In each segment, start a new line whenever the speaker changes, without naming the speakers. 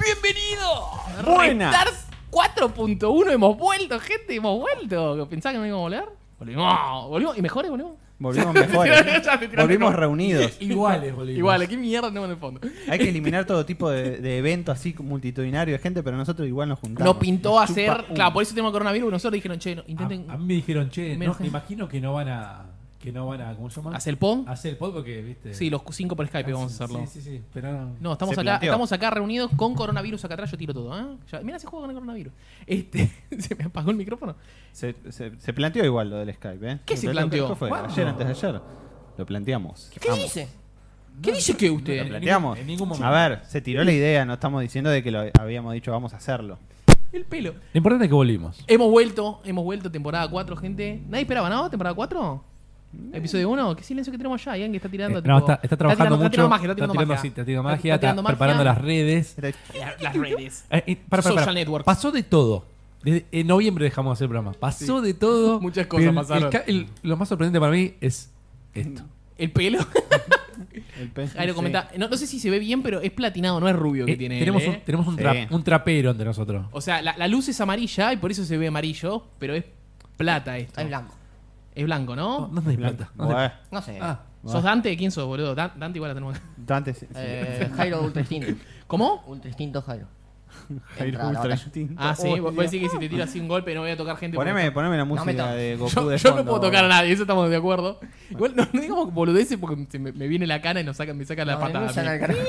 ¡Bienvenido!
Buena.
Restars 4.1 hemos vuelto, gente, hemos vuelto. ¿Pensás que no íbamos a volver? Volvimos, volvimos, y mejores volvimos.
Volvimos mejores.
Ya te tiraste
Volvimos
con-
reunidos.
Iguales, boludo.
Igual, ¿qué mierda tenemos en el fondo?
Hay que eliminar todo tipo de, de evento así multitudinario de gente, pero nosotros igual nos juntamos.
Nos pintó hacer. Claro, por eso tenemos coronavirus. y Nosotros dijeron, che, no, intenten
A, a mí me dijeron, che,
Me
no,
enojé.
me imagino que no van a. Que no van a. ¿Cómo se llama?
hacer el pon.
Hacer el pod porque, viste.
Sí, los cinco por Skype vamos a hacerlo.
ah, Sí, sí, sí. Pero no.
No, estamos
Se
acá,
planteó.
estamos acá reunidos con coronavirus acá atrás, yo tiro todo, ¿eh? Ya- Mira, se juega con el coronavirus. Este, se me apagó el micrófono.
Se, se- se planteó igual lo del Skype, ¿eh?
¿Qué se
Lo- lo-
planteó?
¿qué fue?
¿Cuándo?
Ayer, antes de ayer. Lo planteamos.
¿Qué
Vamos.
dice? ¿Qué dice que
no,
usted?
no, no,
Planteamos.
En ningún momento.
A ver, se tiró la idea, no estamos diciendo de que lo habíamos dicho vamos a hacerlo.
El pelo.
Lo importante es que volvimos.
Hemos vuelto, hemos vuelto, temporada 4, gente. Nadie esperaba, ¿no? ¿Temporada 4? ¿Episodio 1? ¿Qué silencio que tenemos allá? Alguien que está tirando.
Eh, no,
tipo-
está, está trabajando
tirando-
mucho.
Está tirando magia, está tirando magia.
sí, Está tirando magia,
Está
está,
tirando magia.
preparando las redes.
Era-
La- las redes.
Eh, eh, para, para,
Social
para.
networks.
Pasó de todo. Desde, en noviembre dejamos de hacer el programa. Pasó de todo.
Muchas cosas
Pero el-
pasaron.
el ca- el- lo más sorprendente para mí es esto.
El pelo.
el pe-
Jairo
sí.
comenta. No, no sé si se ve bien, pero es platinado, no es rubio que
Eh,
tiene. él,
tenemos
¿eh?
un, tenemos un,
Sí.
tra- un trapero ante nosotros.
O sea, la, la luz es amarilla y por eso se ve amarillo, pero es plata esto.
Es blanco.
Es blanco, ¿no?
¿Dónde hay plata? ¿Dónde hay-
Buah,
No sé.
Ah,
¿Sos Dante? ¿Quién sos, boludo? Dan- Dante igual la tenemos acá.
Dante, sí, sí.
Eh, Jairo Ultra Instinto.
Oh,
¿Cómo?
Ultra Instinto Jairo.
Jairo
Entra a la
Ultra
batalla.
Instinto.
Ah, sí.
Oh,
Vos
Dios.
vos decís que si te tiro así un golpe no voy a tocar gente. porque-
Poneme, poneme la
me
música
toques.
de Goku
Yo,
de
yo no
fondo.
puedo tocar a nadie, eso estamos de acuerdo. Igual no, no digamos boludeces porque se me, me viene la cana y nos saca, me saca la
No,
patada.
me
a mí.
sacan el carajo.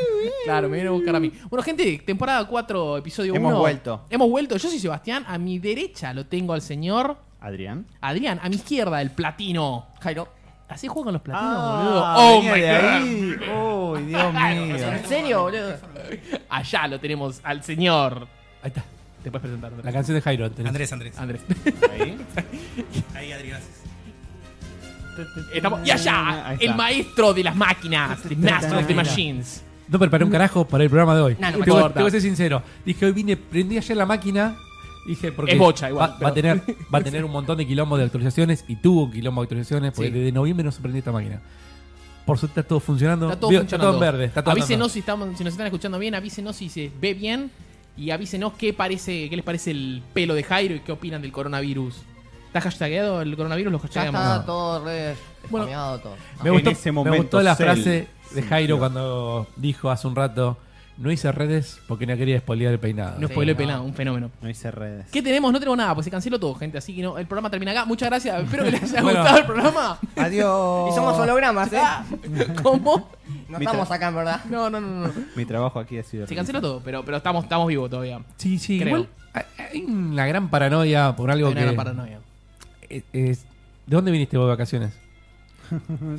Claro, me viene a buscar a mí. Bueno, gente, temporada 4, episodio 1.
Hemos vuelto.
Hemos vuelto. Yo soy Sebastián, a mi derecha lo tengo al señor
Adrián.
Adrián, a mi izquierda el platino.
Jairo.
Así juegan los platinos,
Ah,
boludo. Oh
venía
my
de
god.
ahí. Oh, Dios
¿En
mío.
serio, boludo?
Allá lo tenemos al señor.
ahí está.
Te puedes presentar.
La canción de Jairo. antes.
Andrés, Andrés.
Andrés.
Ahí.
Ahí, Adri, gracias.
Estamos- y allá,
Ahí está.
el maestro de las máquinas, the master of the machines.
No preparé un carajo para el programa de hoy.
No, no
Tengo-
me importa.
tengo que ser sincero. Dije, hoy vine, prendí ayer la máquina. Dije, porque
Es bocha igual,
va,
pero-
va a tener, va a tener un montón de quilombo de actualizaciones y tuvo un quilombo de actualizaciones porque
Sí.
desde noviembre no se prendió esta máquina. Por suerte está todo funcionando.
Está todo
Veo-
funcionando.
Está todo en verde. Está todo andando.
avísenos si, estamos, si nos están escuchando bien, avísenos si se ve bien y avísenos qué, parece, qué les parece el pelo de Jairo y qué opinan del coronavirus. ¿Está hashtagueado el coronavirus? Lo
Ya
hashtagueamos.
está todo re
Bueno.
spameado todo.
Me
En
gustó,
ese
me
momento,
gustó la
Cell
frase de
sintió.
Jairo cuando dijo hace un rato: No hice redes porque no quería espolear el peinado.
No
Sí,
spoileo
no.
pelado, un fenómeno.
No hice redes.
¿Qué tenemos? No tenemos nada, pues se canceló todo, gente. Así que no, el programa termina acá. Muchas gracias. Espero que les haya
Bueno.
gustado el programa.
Adiós.
Y somos hologramas, ¿eh?
Ah, ¿Cómo?
No
Mira.
estamos acá, en verdad.
No, no, no, no.
Mi trabajo aquí ha sido.
Se canceló todo, pero, pero estamos, estamos vivos todavía.
Sí, sí,
Creo.
igual hay- hay una gran paranoia por algo
Hay una
que.
gran paranoia.
es- es- ¿De dónde viniste vos de vacaciones?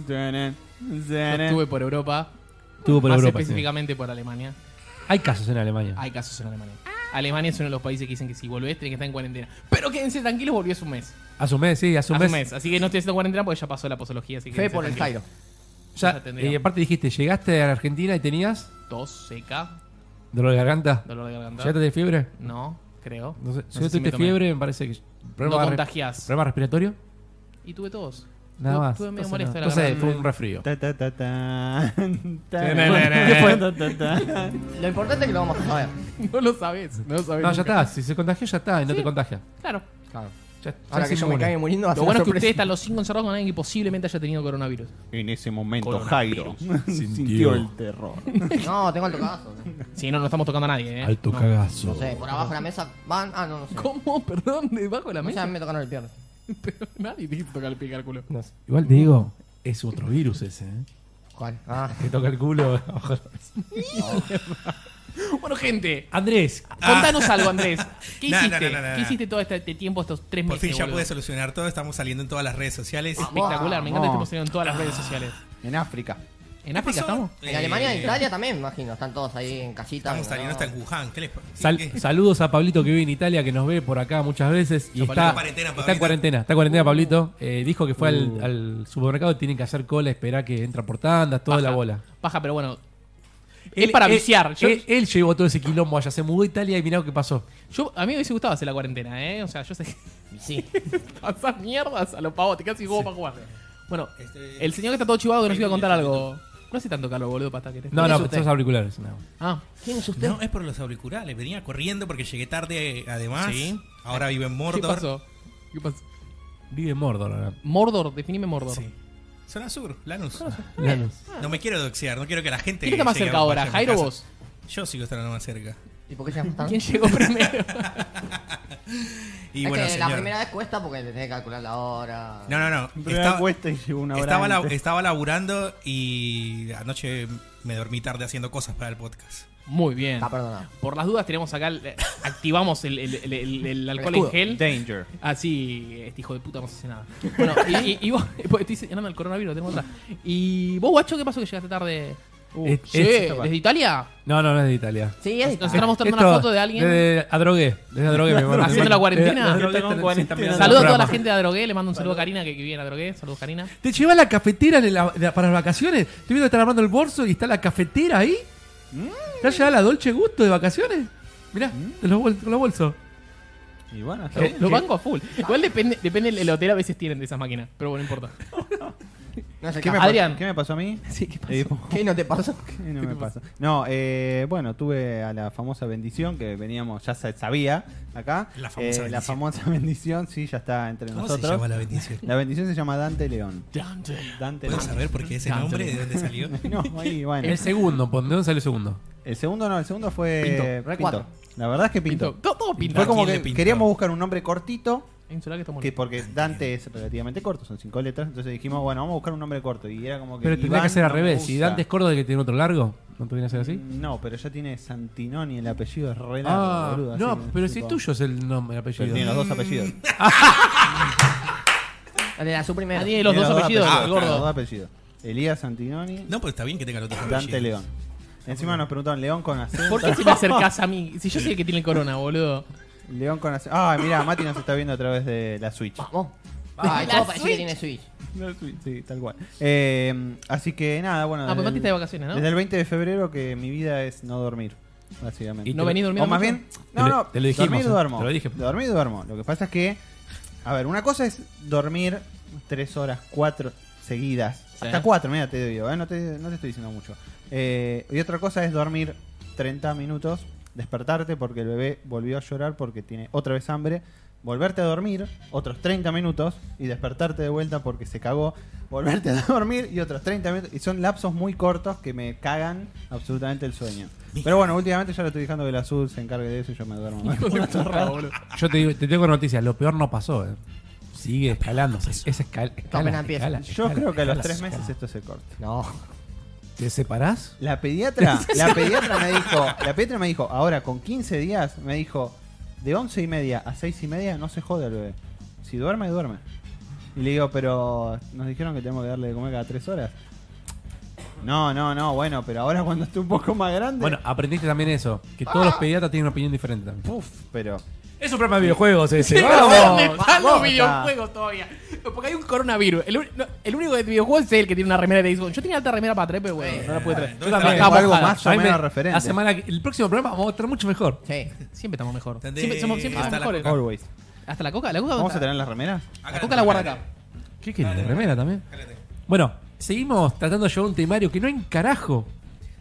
Yo estuve por Europa,
Estuvo por
más
Europa. sí.
específicamente por Alemania.
Hay casos en Alemania.
Hay casos en Alemania. Alemania es uno de los países que dicen que si volvés tenés que estar en cuarentena. Pero quédense tranquilos, volvió hace un mes.
Hace un mes, sí, hace un
Hace
mes.
un mes. Así que no estoy haciendo cuarentena porque ya pasó la posología. Así que
Fe
quédense
por el Jairo.
tranquilos.
Ya,
Ya tendría.
y aparte dijiste, llegaste a la Argentina y tenías
Tos, seca,
dolor de garganta.
dolor de garganta.
¿Llegaste de fiebre?
No, creo.
No sé, si
sé
yo
si me
tuviste
tomé.
fiebre, me parece que.
No
re-
contagiás.
¿Problema respiratorio?
Y tuve tos.
Nada
Tuve-
más.
Tuve medio
Entonces,
molesto de la
no. Entonces
garganta.
fue un resfrío.
Ta, ta, ta, ta.
¿Qué fue?
Lo importante es que lo vamos a saber.
No lo sabes. No lo sabes.
No, ya
nunca.
está. Si se contagió, ya está. Y no
Sí.
te contagia.
Claro.
Claro.
Ya, ya
Ahora
es
que yo me
inmune.
cague muriendo, va a
Lo
ser
bueno es que
sorpresa.
ustedes están los cinco encerrados con alguien que posiblemente haya tenido coronavirus.
En ese momento Jairo
Coronavirus.
sintió el terror.
No, tengo alto cagazo.
Si no, no estamos tocando a nadie, ¿eh?
Alto
No.
cagazo.
No sé, por abajo de la mesa van. Ah, no, no sé.
¿Cómo? Perdón, debajo de la
O sea,
mesa.
me tocaron el pierna.
Pero nadie te toca el pica al culo.
No sé. Igual te digo, es otro virus ese, ¿eh?
¿Cuál? Ah.
Te toca el culo. ojo.
Bueno, gente,
Andrés,
contanos algo, Andrés. ¿Qué
Ah. No, no,
hiciste?
no, no, no,
¿Qué
no.
hiciste todo este, este tiempo, estos tres
Por
meses?
fin ya
boludo? Ah,
pude solucionar todo. Estamos saliendo en todas las redes sociales.
Espectacular, me encanta que
Vamos.
estemos en
Ah.
todas las redes sociales.
En África.
¿En África estamos?
Ah, pues, En Alemania e Italia también, me imagino. Están todos ahí en casita.
Estamos
¿no?
saliendo hasta en Wuhan. ¿Qué les parece?
sal- saludos a Pablito que vive en Italia, que nos ve por acá muchas veces. Y
Pablito, Uh.
está,
en cuarentena,
está en
Pablito.
cuarentena. Está en cuarentena, Pablito. Eh, dijo que fue al- al, supermercado, tienen que hacer cola, esperar que entra por tandas, toda
Baja,
la bola. eh,
Baja, pero bueno. Es para viciar. Yo,
Él, él llevó todo ese quilombo allá, se mudó a Italia y mirá lo que pasó.
yo- a mí me hubiese gustado hacer la cuarentena, ¿eh? O sea, yo sé.
Sí.
Pasas mierdas a los pavotes, casi juego para jugar. Bueno,
Este-
el señor que está todo chivado que nos iba a contar algo. No hace tanto calor, boludo, para estar que
No,
¿Quién
no,
es
pero
usted?
son auriculares. no.
Ah,
¿Quién es usted?
No, es por los auriculares. Venía corriendo porque llegué tarde, eh, además.
Sí.
Ahora vivo en
¿qué
Mordor.
pasó? ¿Qué pasó?
Vive en Mordor ahora.
Mordor, definime Mordor.
Sí. Zona Sur, Lanús.
Eh.
Lanús.
No me quiero doxear, no quiero que la gente.
¿Quién está más
llegue a
cerca ahora,
mi
Jairo o
casa.
vos?
Yo sigo estando más cerca.
¿Y por qué llegas tarde?
¿Quién llegó primero?
Y
es
bueno,
que
señor.
la primera vez cuesta porque te tenés que calcular la hora.
No, no, no.
Pero
Estaba-
puesta y llegó una hora
estaba, la-
antes.
estaba laburando y anoche me dormí tarde haciendo cosas para el podcast.
Muy bien.
Está perdonado.
Por las dudas tenemos acá, el- activamos el, el- el- el- el alcohol en
escudo.
gel.
Danger.
Así, este hijo de puta no se hace nada. Bueno, y, y- y vos, porque estoy señalando el coronavirus, tenemos otra. Y vos, guacho, ¿qué pasó que llegaste tarde?
Uh,
Es-
Sí,
es-
desde Italia.
no, no, no es de Italia.
Sí,
Nos
es de-
están mostrando una
Esto,
foto de alguien.
Desde Adrogué. Desde Adrogué me mandaron.
¿Haciendo la cuarentena?
Desde Adrogué
Estamos en
están-
cuarentena.
sí, están mirando
Saludo a
el
toda la
programa.
gente de Adrogué, le mando un saludo a Karina que, que vive en Adrogué. Saludos, Karina.
¿Te llevas la cafetera de la- de- para las vacaciones? Estoy viendo que están armando el bolso y está la cafetera ahí.
Mm.
¿Te has llevado la Dolce Gusto de vacaciones? Mirá, con los, bol- con los bolsos.
Y bueno, está
Lo,
bien.
lo banco a full. Igual depende, depende el hotel, a veces tienen de esas máquinas, pero bueno, no importa.
No es el
¿Qué me
caso.
pasó-
Adrián.
¿Qué me pasó a mí?
Sí, ¿qué pasó?
Eh,
¿Qué no te pasó?
¿qué no me pasó? No, eh, bueno, tuve a la famosa bendición que veníamos, ya se sabía acá.
La famosa
Eh, la
bendición.
famosa bendición, sí, ya está entre
¿Cómo
nosotros.
se llama la bendición?
La bendición se llama Dante León. Dante
¿Puedo
León.
saber por qué ese nombre? ¿De dónde salió?
No, ahí, bueno.
El segundo, pon, ¿de dónde sale el segundo?
El segundo no, el segundo fue
Pinto.
Pinto.
Cuatro.
La verdad es que Pinto.
Pinto. Todo, todo pinto.
Fue como
¿A quién
que
le pintó?
queríamos buscar un nombre cortito,
Insular que estamos
que porque Dante es relativamente corto, son cinco letras, entonces dijimos, bueno, vamos a buscar un nombre corto. Y era como que.
Pero tendría
Iván
que ser al
no
revés.
me
Si
gusta.
Dante es corto de que tiene otro largo, ¿no podría ser así?
No, pero ya tiene Santinoni, el apellido es re largo,
Ah,
boludo, así
no,
que,
pero si
tipo,
tuyo es el nombre, el
pero
apellido.
tiene los dos apellidos.
Mm.
La de la su primera.
Nadie de los
Tiene
dos apellidos,
apellidos,
el
claro, Los dos
gordo.
apellidos. Elías Santinoni,
No, pero está bien que tenga los dos
Dante
apellidos.
León. Encima nos preguntaron León con acento.
¿Por qué se me acercás a mí? Si yo sé que tiene el corona, boludo.
León con acento. Ah, mira, Mati nos está viendo a través de la Switch.
Vamos. Ah,
La
todo parece
Switch.
que tiene Switch.
Sí, tal cual. Eh, así que nada, bueno.
Ah, pues
desde
Mati
el-
está de vacaciones, ¿no?
Desde el 20 de febrero que mi vida es no dormir, básicamente.
¿Y
¿No
te-
venís durmiendo
o más
mucho?
bien,
Te
no,
lo-
no,
te lo dijimos,
dormir
¿eh?
duermo.
Te lo dije.
Dormir duermo. Lo que pasa es que, a ver, una cosa es dormir tres horas, cuatro seguidas.
Sí.
Hasta cuatro, mira, te digo, ¿eh? no, te, no te estoy diciendo mucho. Eh, y otra cosa es dormir 30 minutos, despertarte porque el bebé volvió a llorar porque tiene otra vez hambre. Volverte a dormir otros 30 minutos y despertarte de vuelta porque se cagó. Volverte a dormir y otros 30 minutos. Y son lapsos muy cortos que me cagan absolutamente el sueño. Pero bueno, últimamente ya lo estoy dejando que el azul se encargue de eso y yo me duermo. más.
Una zorra, boludo.
Yo te, digo- te tengo noticias, lo peor no pasó. eh. Sigue escalando. Esa escala,
Apenas
escala,
empieza.
escala,
Yo
escala,
creo que a los
escala,
tres meses
escala.
esto se corta.
No.
¿Te separás?
La pediatra, la pediatra me dijo, la pediatra me dijo, ahora con 15 días, me dijo, de 11 y media a 6 y media no se jode al bebé. Si duerme, duerme. Y le digo, pero nos dijeron que tenemos que darle de comer cada 3 horas. No, no, no, bueno, pero ahora cuando esté un poco más grande.
Bueno, aprendiste también eso, que todos
Ah.
los pediatras tienen una opinión diferente también.
puf, pero.
Es un programa de videojuegos ese.
¿Dónde
vamos,
están los
basta.
videojuegos todavía? Porque hay un coronavirus. El, uni- no, el único de videojuegos es el que tiene una remera de béisbol. Yo tenía alta remera para traer, pero bueno, no la pude traer.
¿Dónde está
Acá
Tengo algo
mojada.
más o menos referente.
La semana, que- el próximo programa vamos a estar mucho mejor.
Sí.
Siempre estamos mejor.
¿Dónde
Siempre somos, siempre
está
somos
la
mejores.
Always.
Hasta la coca, la coca.
¿Vamos a
está-
tener las remeras?
La coca la guarda acá.
¿Qué querés? ¿La remera también? Bueno, seguimos tratando de llevar un temario que no hay un carajo.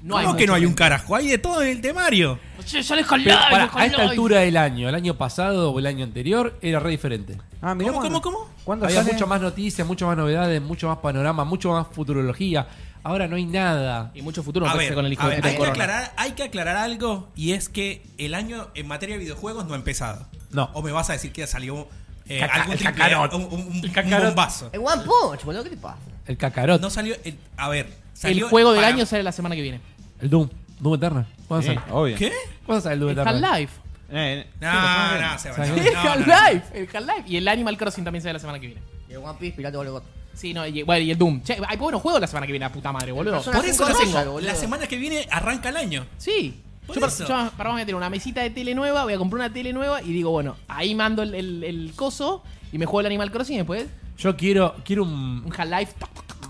No hay
¿Cómo que no hay
mucho.
un carajo? Hay de todo en el temario.
Che, ya dejó el
Pero
live,
para-
dejó el
a esta
live.
altura del año, el año pasado o el año anterior, era re diferente.
Ah, mirá
¿Cómo,
cuando-
cómo, cómo?
cuando
Había
sale-
mucho más noticias, mucho más novedades, mucho más panorama, mucho más futurología. Ahora no hay nada.
Y mucho futuro
A
me parece
ver,
con el hijo
a
de
ver,
puta
hay, que
corona.
aclarar, hay que aclarar algo y es que el año en materia de videojuegos no ha empezado.
No.
O me vas a decir que salió eh,
Caca-
algún
el
triple
cacarot.
A, un, un- un-
El
un
cacarot.
bombazo.
El One Punch, boludo, ¿qué te pasa?
El cacarot,
No salió. el- a ver,
El
salió
juego del
para-
año sale la semana que viene.
el Doom, Doom Eternal. ¿Cuándo
Sí,
sale?
obvio.
¿Qué?
¿Cuándo sale el Doom
El
Eternal?
Half-Life.
Eh, eh,
No, no, se va.
¿Salió?
no,
El
no, no, no.
Half-Life. El Half-Life. Y el Animal Crossing también sale la semana que viene.
El One Piece, pirata, boludo.
Sí, no, y, bueno, y el Doom. Che, hay buenos juegos la semana que viene, la puta madre, boludo.
Persona-
Por eso
Cinco
la,
cosas,
sema-
boludo.
la semana que viene arranca el año.
Sí.
Por
Yo, para,
eso.
yo para- para- vamos a tener una mesita de tele nueva, voy a comprar una tele nueva y digo, bueno, ahí mando el, el- el coso y me juego el Animal Crossing y después
Yo quiero, quiero un,
un Half-Life.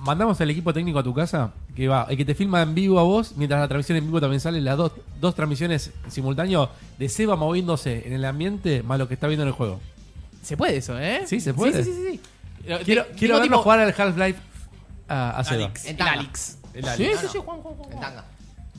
Mandamos al equipo técnico a tu casa, que va, el que te filma en vivo a vos, mientras la transmisión en vivo también sale, las dos, dos transmisiones simultáneas de Seba moviéndose en el ambiente más lo que está viendo en el juego.
Se puede eso, ¿eh?
Sí, se puede.
Sí, sí, sí. sí. Pero
Quiero,
te-
quiero
digo,
verlo
tipo,
jugar al Half-Life a, a Seba.
Alex.
el
Tanga.
Alex.
El Ali.
Sí,
No,
sí,
no.
sí, Juan, Juan, Juan.
En
Juan.
tanga.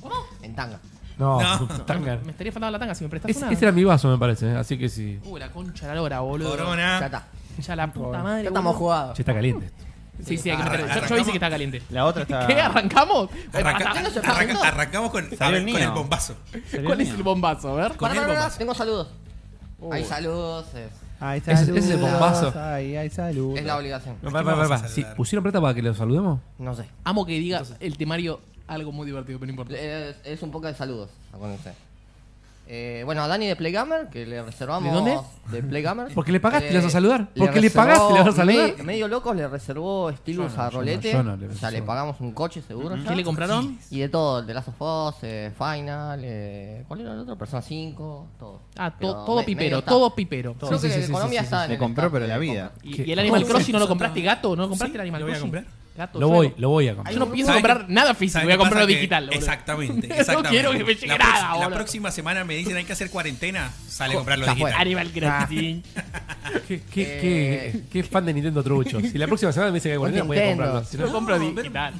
¿Cómo?
En tanga.
No,
No.
Tanger.
Me estaría faltando la tanga si me prestas
Es-
una.
ese era mi vaso, me parece. ¿eh? Así que sí.
Uh, la concha de la lora, boludo.
Ya
Corona.
está.
Ya la puta madre.
Ya estamos
boludo.
jugados.
Che, está caliente. esto.
Sí, sí, hay que
Arran-
meterle. Yo- Yo,
Ah, arrancamos.
hice que está caliente.
La otra está.
¿Qué? ¿Arrancamos?
Arranca-
¿Por qué no se
arranca-
presentó?
arrancamos con, a
Salió
ver,
el
con
niño.
el bombazo.
Sería
¿Cuál es
mío.
el bombazo? A ver.
Con
Pará,
el
pará, pará,
bombazo.
Tengo saludos. Hay
Uh.
saludos. eh,
Ay,
Ese- ese es el
saludos,
bombazo.
Ay, ay, salud.
Es la obligación.
No,
¿A
pa,
quién
pa,
vamos
pa,
a
pa.
saludar?
Sí, ¿Pusieron plata para que los saludemos?
No sé.
Amo que diga el temario algo muy divertido, pero no importa.
Eh, Es un poco de saludos, acuérdense. Eh, bueno, a Dani de Playgamer, que le reservamos.
¿De dónde?
De Playgamer.
Porque le pagaste,
Eh,
le vas a saludar. Porque le pagaste, le vas a
reservó-
saludar.
me- medio locos le reservó Stilus
Yo no,
a
yo no,
Rolete.
yo no le
o sea, le
reservo.
pagamos un coche seguro. ya.
¿Qué le compraron?
Y de todo, de Last of Us, eh, Final, eh, ¿cuál era el otro? Persona 5, todo.
Ah, to-
Pero
todo
me-
pipero,
medio
todo
está.
pipero.
Creo
Sí,
que
sí, sí, sí,
Colombia
sí, sí,
está
sí.
en
Me
el
compró,
top
pero
de
la vida.
¿Y,
¿Qué?
y el Animal
¿Cómo
Crossing no lo
se-
compraste gato? ¿No compraste
Sí,
el Animal
lo voy a
Crossing?
comprar.
Gato,
Lo
yo
voy, lo voy a
Yo no
comprar.
pienso
¿Sabe
comprar
qué-
nada
¿sabe
físico, voy a
qué pasa?
comprar lo
Que-
digital. boludo.
Exactamente,
No
exactamente.
quiero que me llegue
la
nada,
proxi-
boludo.
La próxima semana me dicen hay que hacer cuarentena, sale a
Jo,
comprar lo
ya
digital.
Animal Crossing.
¿Qué, qué, qué-
Eh.
qué fan de Nintendo trucho? Si la próxima semana me dice que hay
Con
guardián, voy a
Nintendo.
comprarlo. Si no-
Lo compro digital.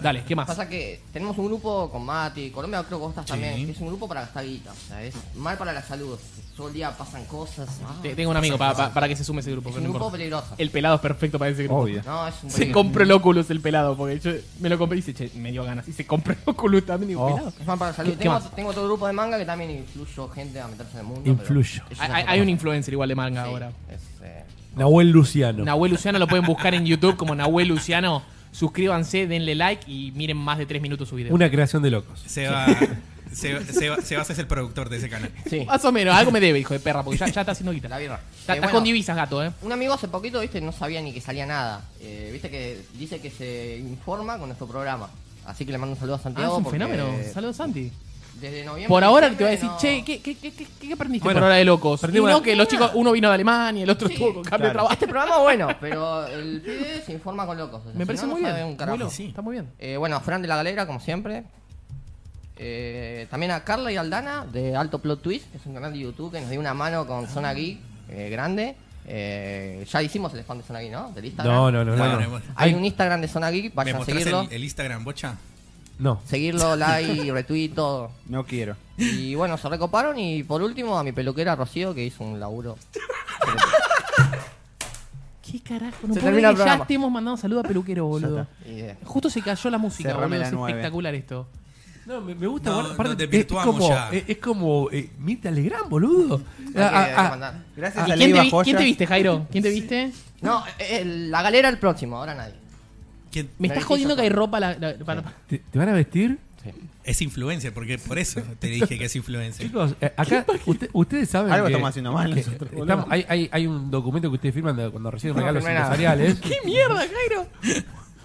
Dale, ¿qué más?
Pasa que tenemos un grupo con Mati, Colombia creo que vos estás también, que es un grupo para gastar guita, o sea, es mal para la salud. Todo el día pasan cosas. ah,
Te- Tengo un amigo pa- pa- para que se sume ese grupo.
es
pero no
un grupo
importa.
peligroso.
El pelado es perfecto para ese grupo.
Obvio.
No, es un
Se
peligro.
compró el Oculus el pelado, porque yo me lo compré y dice, che, me dio ganas. Y se compró el Oculus también, digo,
Oh.
pelado.
Es mal para la salud.
¿Qué- qué
Tengo,
más?
tengo otro grupo de manga que también influyo gente a meterse en el mundo.
Influyo.
pero es
Hay,
una
hay-
cosa.
hay un influencer igual de manga
Sí,
ahora.
es, eh,
Nahuel Luciano.
Nahuel Luciano lo pueden buscar en YouTube como Nahuel Luciano. Suscríbanse, denle like y miren más de 3 minutos su video.
Una creación de locos.
Seba, Seba, Seba, Sebas es el productor de ese canal.
sí,
Más o menos, algo me debe, hijo de perra, porque ya, ya está haciendo guita.
la birra.
Está,
Eh,
está
bueno,
con divisas, gato, eh.
Un amigo hace poquito, viste, no sabía ni que salía nada. Eh, viste que dice que se informa con nuestro programa. Así que le mando un saludo a
Ah, es
Santiago.
un
porque
fenómeno. Saludos, Santi.
Desde noviembre.
Por ahora te voy a decir,
no-
che, ¿qué, qué, qué, qué, qué aprendiste
Bueno,
por ahora de locos? Y
aprendí
no
una-
que los chicos, uno vino de Alemania, el otro
Sí,
estuvo con cambio de
claro.
trabajo.
Este programa es bueno, pero el pibe se informa con locos. o sea,
Me
si
parece
no, no
muy bien.
sabe un
muy
carajo.
loco,
Sí.
Está muy bien.
Eh, bueno, a Fran de la Galera, como siempre. Eh, también a Carla y Aldana de Alto Plot Twist, que es un canal de YouTube que nos dio una mano
Ah.
con Zona Geek eh, grande. Eh, ya hicimos el spam de Zona Geek, ¿no? Del Instagram.
No, no, no,
No,
no.
no,
No,
bueno.
Hay un Instagram de Zona Geek,
¿Me
vayan a
mostrás
seguirlo.
el, el Instagram, bocha?
no.
Seguirlo, like, retweet, todo.
No quiero.
Y bueno, se recoparon. Y por último, a mi peluquera Rocío, que hizo un laburo.
¿Qué carajo? No puedo
Se
creer
termina el
que ya
programa.
estemos mandando saludos a peluquero, boludo.
Y, eh,
Justo se cayó la música,
Cerrame
boludo.
la
Es
nueve.
espectacular esto.
me, me gusta.
No,
guarda,
no,
aparte,
te
es- es
virtuamos
como,
ya.
es, es como eh, Mirta Legrand, boludo.
hay que- hay que
Ah, ah,
mandar.
Gracias
¿Y
a
quién
Leiva
te, vi-
Joyas.
quién te viste, Jairo? ¿Quién te viste?
No, eh, eh, la galera el próximo, ahora nadie.
¿Quién
Me estás
Nadie
jodiendo
quiso.
que hay ropa. la- la- para-
¿te, te van a vestir?
es influencer? Porque por eso te dije que es influencer.
Chicos, eh, acá usted- ustedes saben
Algo
que-
Eh, estamos haciendo mal
que
nosotros, boludo.
estamos- hay, hay, hay un documento que ustedes firman de- cuando reciben
No,
regalos
firmé nada.
empresariales.
¡Qué mierda, Jairo!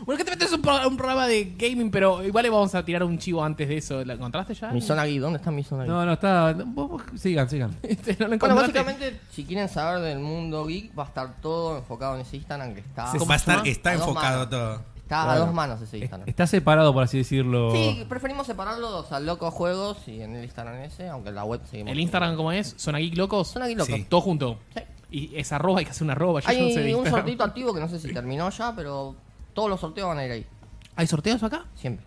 Bueno, que te metes un, pro- un programa de gaming, pero igual le vamos a tirar un chivo antes de eso. ¿La encontraste ya?
Mi Zona Geek, ¿dónde está mi Zona Geek?
No, no, está... no, vos- vos- sigan, sigan.
Este, ¿No lo
Bueno,
encontraste?
básicamente, si quieren saber del mundo geek, va a estar todo enfocado en ese Instagram que está.
Va a estar, está
A dos
enfocado
manos.
todo.
Está a
Claro.
dos manos ese Instagram.
Está separado, por así decirlo.
Sí, preferimos separarlos a locos juegos y en el Instagram ese, aunque en la web seguimos.
El Instagram, ¿cómo es? ¿Zona Geek Locos?
Zona Geek Locos.
Sí.
Todo junto.
Sí.
Y es arroba, hay que hacer una arroba. Yo no sé de
Hay un
Instagram.
sorteo activo que no sé si terminó ya, pero todos los sorteos van a ir ahí,
¿Hay sorteos acá?
siempre.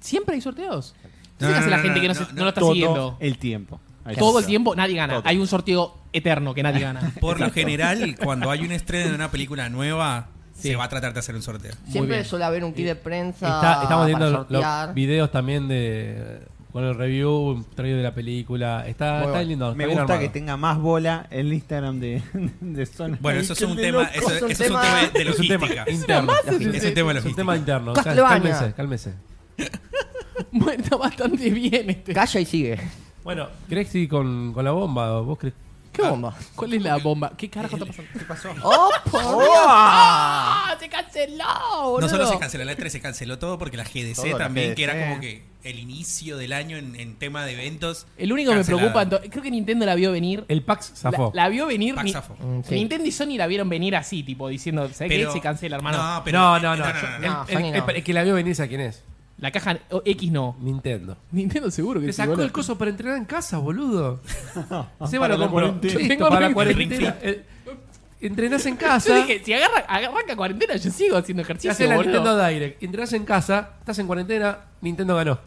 ¿Siempre hay sorteos?
No,
¿Qué hace
no,
la
no,
gente
no,
que no,
no,
se-
no.
no lo está
Todo
siguiendo?
el tiempo. Ahí
Todo
está.
el tiempo nadie gana.
Todo.
Hay un sorteo eterno que nadie gana.
Por lo general, cuando hay un estreno de una película nueva, se va a tratar de hacer un sorteo.
Muy
Siempre
bien.
suele haber un kit de prensa.
Está- estamos viendo
Ah, para
los- los
sortear.
videos también de con el review traído de la película. Está,
Muy
está
bueno.
lindo. está
Me
bien
gusta
armado.
que tenga más bola el Instagram de, de Zona.
Bueno, eso es un tema, eso,
Es un
eso es un
tema-
tema de
Es un tema interno.
logística. Es un tema de
Es un
logística.
tema interno. Cal-
Castlevania.
Cálmense, cálmense.
Bueno, Está bastante bien este.
Calla y sigue.
Bueno, ¿querés seguir con, con la bomba? ¿Vos crees?
¿Qué bomba?
¿Cuál es la bomba? ¿Qué carajo está pasando?
¿Qué pasó?
¡Oh, por
¡Ah! ¡Se canceló, boludo!
No solo se canceló la E3, se canceló todo porque la GDC
Todo, la
también, que era
GDC.
como que el inicio del año en, en tema de eventos.
El único que me
cancelada.
preocupa, ento- creo que Nintendo la vio venir.
El Pax
La,
zafó.
la vio venir.
Pax
ni-
zafó.
Mm, sí.
Nintendo y Sony la vieron venir así, tipo diciendo, ¿sabes qué? Se cancela, hermano.
No, pero-
No, no, no.
no. No,
El, el-
Sony no.
el- el que la vio venir, ¿a quién es?
La caja o- X no.
Nintendo.
Nintendo seguro que
Le
sí, Ah,
sacó
boludo.
el coso para entrenar en casa, boludo. Seba
Para la
lo compró.
cuarentena.
Listo,
Tengo
para la
el
cuarentena. El- entrenás en
Yo
casa.
dije, si agarra, arranca cuarentena, yo sigo haciendo
Te
ejercicio,
hace la
boludo.
Nintendo Direct. Entrás en casa, estás en cuarentena, Nintendo
¿Eh?
ganó.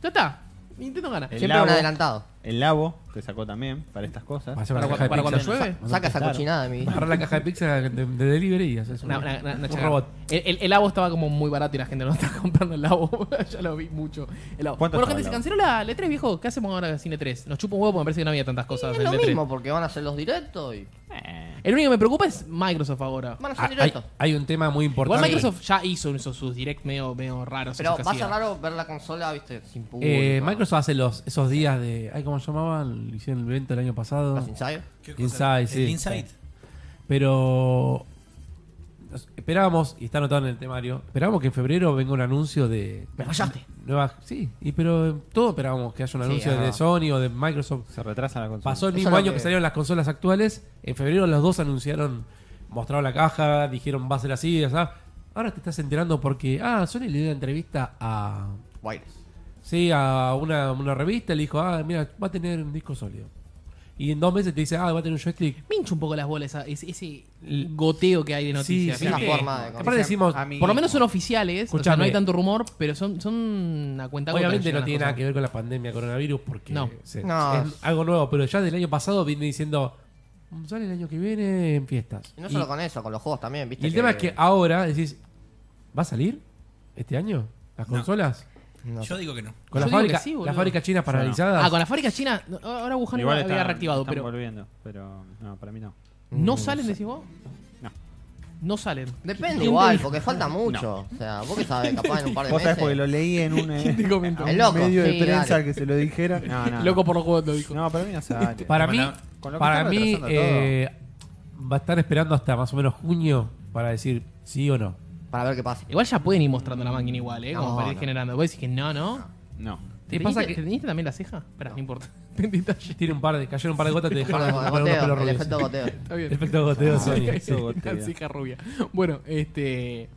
Ya está. Nintendo gana.
El
Siempre un
Labo.
adelantado.
El Labo, que sacó también para estas cosas.
Vas a
Para,
la
cua-
caja de
para cuando
pizza.
llueve.
Saca esa
Claro.
cochinada de mi
Agarrás la caja de pizza de, de delivery y haces un,
Una- una- una- una
un
chacada.
robot.
El, el, el Abo estaba como muy barato y la gente no estaba comprando el Abo. ya lo vi mucho. El Abo.
¿Cuánto
Bueno,
estaba
gente,
el
se canceló
Abo?
la E3, viejo. ¿Qué hacemos ahora sin E3? Nos chupa un huevo porque me parece que no había tantas cosas
Es
en
lo
E
el E3.
mismo, porque van a hacer los directos y.
Eh,
El único que me preocupa es Microsoft ahora.
Van a
Ah,
hacer
Hay,
directos.
hay un tema muy
Igual
importante.
Microsoft ya hizo esos- sus direct medio, medio raros.
Pero
esos que
va a ser
hacía.
raro ver la consola, viste, sin público.
Eh, Microsoft hace los, esos días de. Ay, ¿Cómo se llamaban? Lo hicieron el evento el año pasado.
Las Inside.
¿Qué
Inside,
cosa? El
sí.
Inside.
Pero nos- esperábamos, y está anotado en el temario, esperábamos que en febrero venga un anuncio de.
Me fallaste.
Nuevas, sí, y pero todo esperábamos que haya un
Sí,
anuncio
es
de
verdad.
Sony o de Microsoft.
Se retrasa la consola.
Pasó el
Eso
mismo
es lo
año que...
que
salieron las consolas actuales. En febrero los dos anunciaron, mostraron la caja, dijeron va a ser así, ya sabes. Ahora te estás enterando porque, ah, Sony le dio una entrevista a,
Wireless.
sí, a una, una revista, le dijo, ah, mira, va a tener un disco sólido. Y en dos meses te dice, ah, va a tener un joystick
Me hincha un poco las bolas esa- ese, ese goteo que hay de noticias. ¿viste?
sí,
Es una forma de.
Aparte decimos,
A mí-
Por lo menos son oficiales, o sea,
Escuchame.
no hay tanto rumor, pero son, son a cuenta
obviamente no tiene nada que ver con la pandemia coronavirus porque
No.
se-
No.
es algo nuevo, pero ya del año pasado viene diciendo, "Mm, sale el año que viene en fiestas.
Y no
Y-
solo con este eso, con los juegos también,
y
viste.
el tema es que ahora decís, ¿va a salir este año las
No.
consolas?
No sé.
Yo digo que no.
Con
Yo
la
digo
fábrica,
que sí, boludo.
la fábrica china
no.
paralizadas.
Ah, con la fábrica china, no, ahora Wuhan no había
están-
reactivado,
están
pero
volviendo, pero no, para mí no.
¿no salen, decís vos?
No.
No salen.
Depende
¿Quién
igual,
te-
porque falta mucho. O sea, vos que sabés, capaz en un par de
Vos
meses.
sabés porque lo leí en un, eh,
te comentó?
a un
El loco.
medio de
Sí,
prensa
dale.
que se lo dijeron. No, no.
Loco por los juegos, lo dijo.
No, para mí no sale.
Para
Bueno,
mí,
con lo que
para
están
mí
retrasando
eh, va a estar esperando hasta más o menos junio para decir sí o no.
Para ver qué pasa.
Igual ya pueden ir mostrando la máquina igual, ¿eh? Como
No,
para ir
no.
generando. Vos decís que no, no.
No.
¿Te,
Y pasa
teñiste-
que-
te teñiste también la ceja? Espera, no, importa. En detalle.
Tiene un par de, cayeron un par de gotas y te dejaron
Bueno,
con
el
unos pelos
goteo, el
rubios.
efecto goteo.
Está bien.
Efecto goteo, Sony.
Sí,
Todo
la
tío.
ceja rubia. Bueno, este.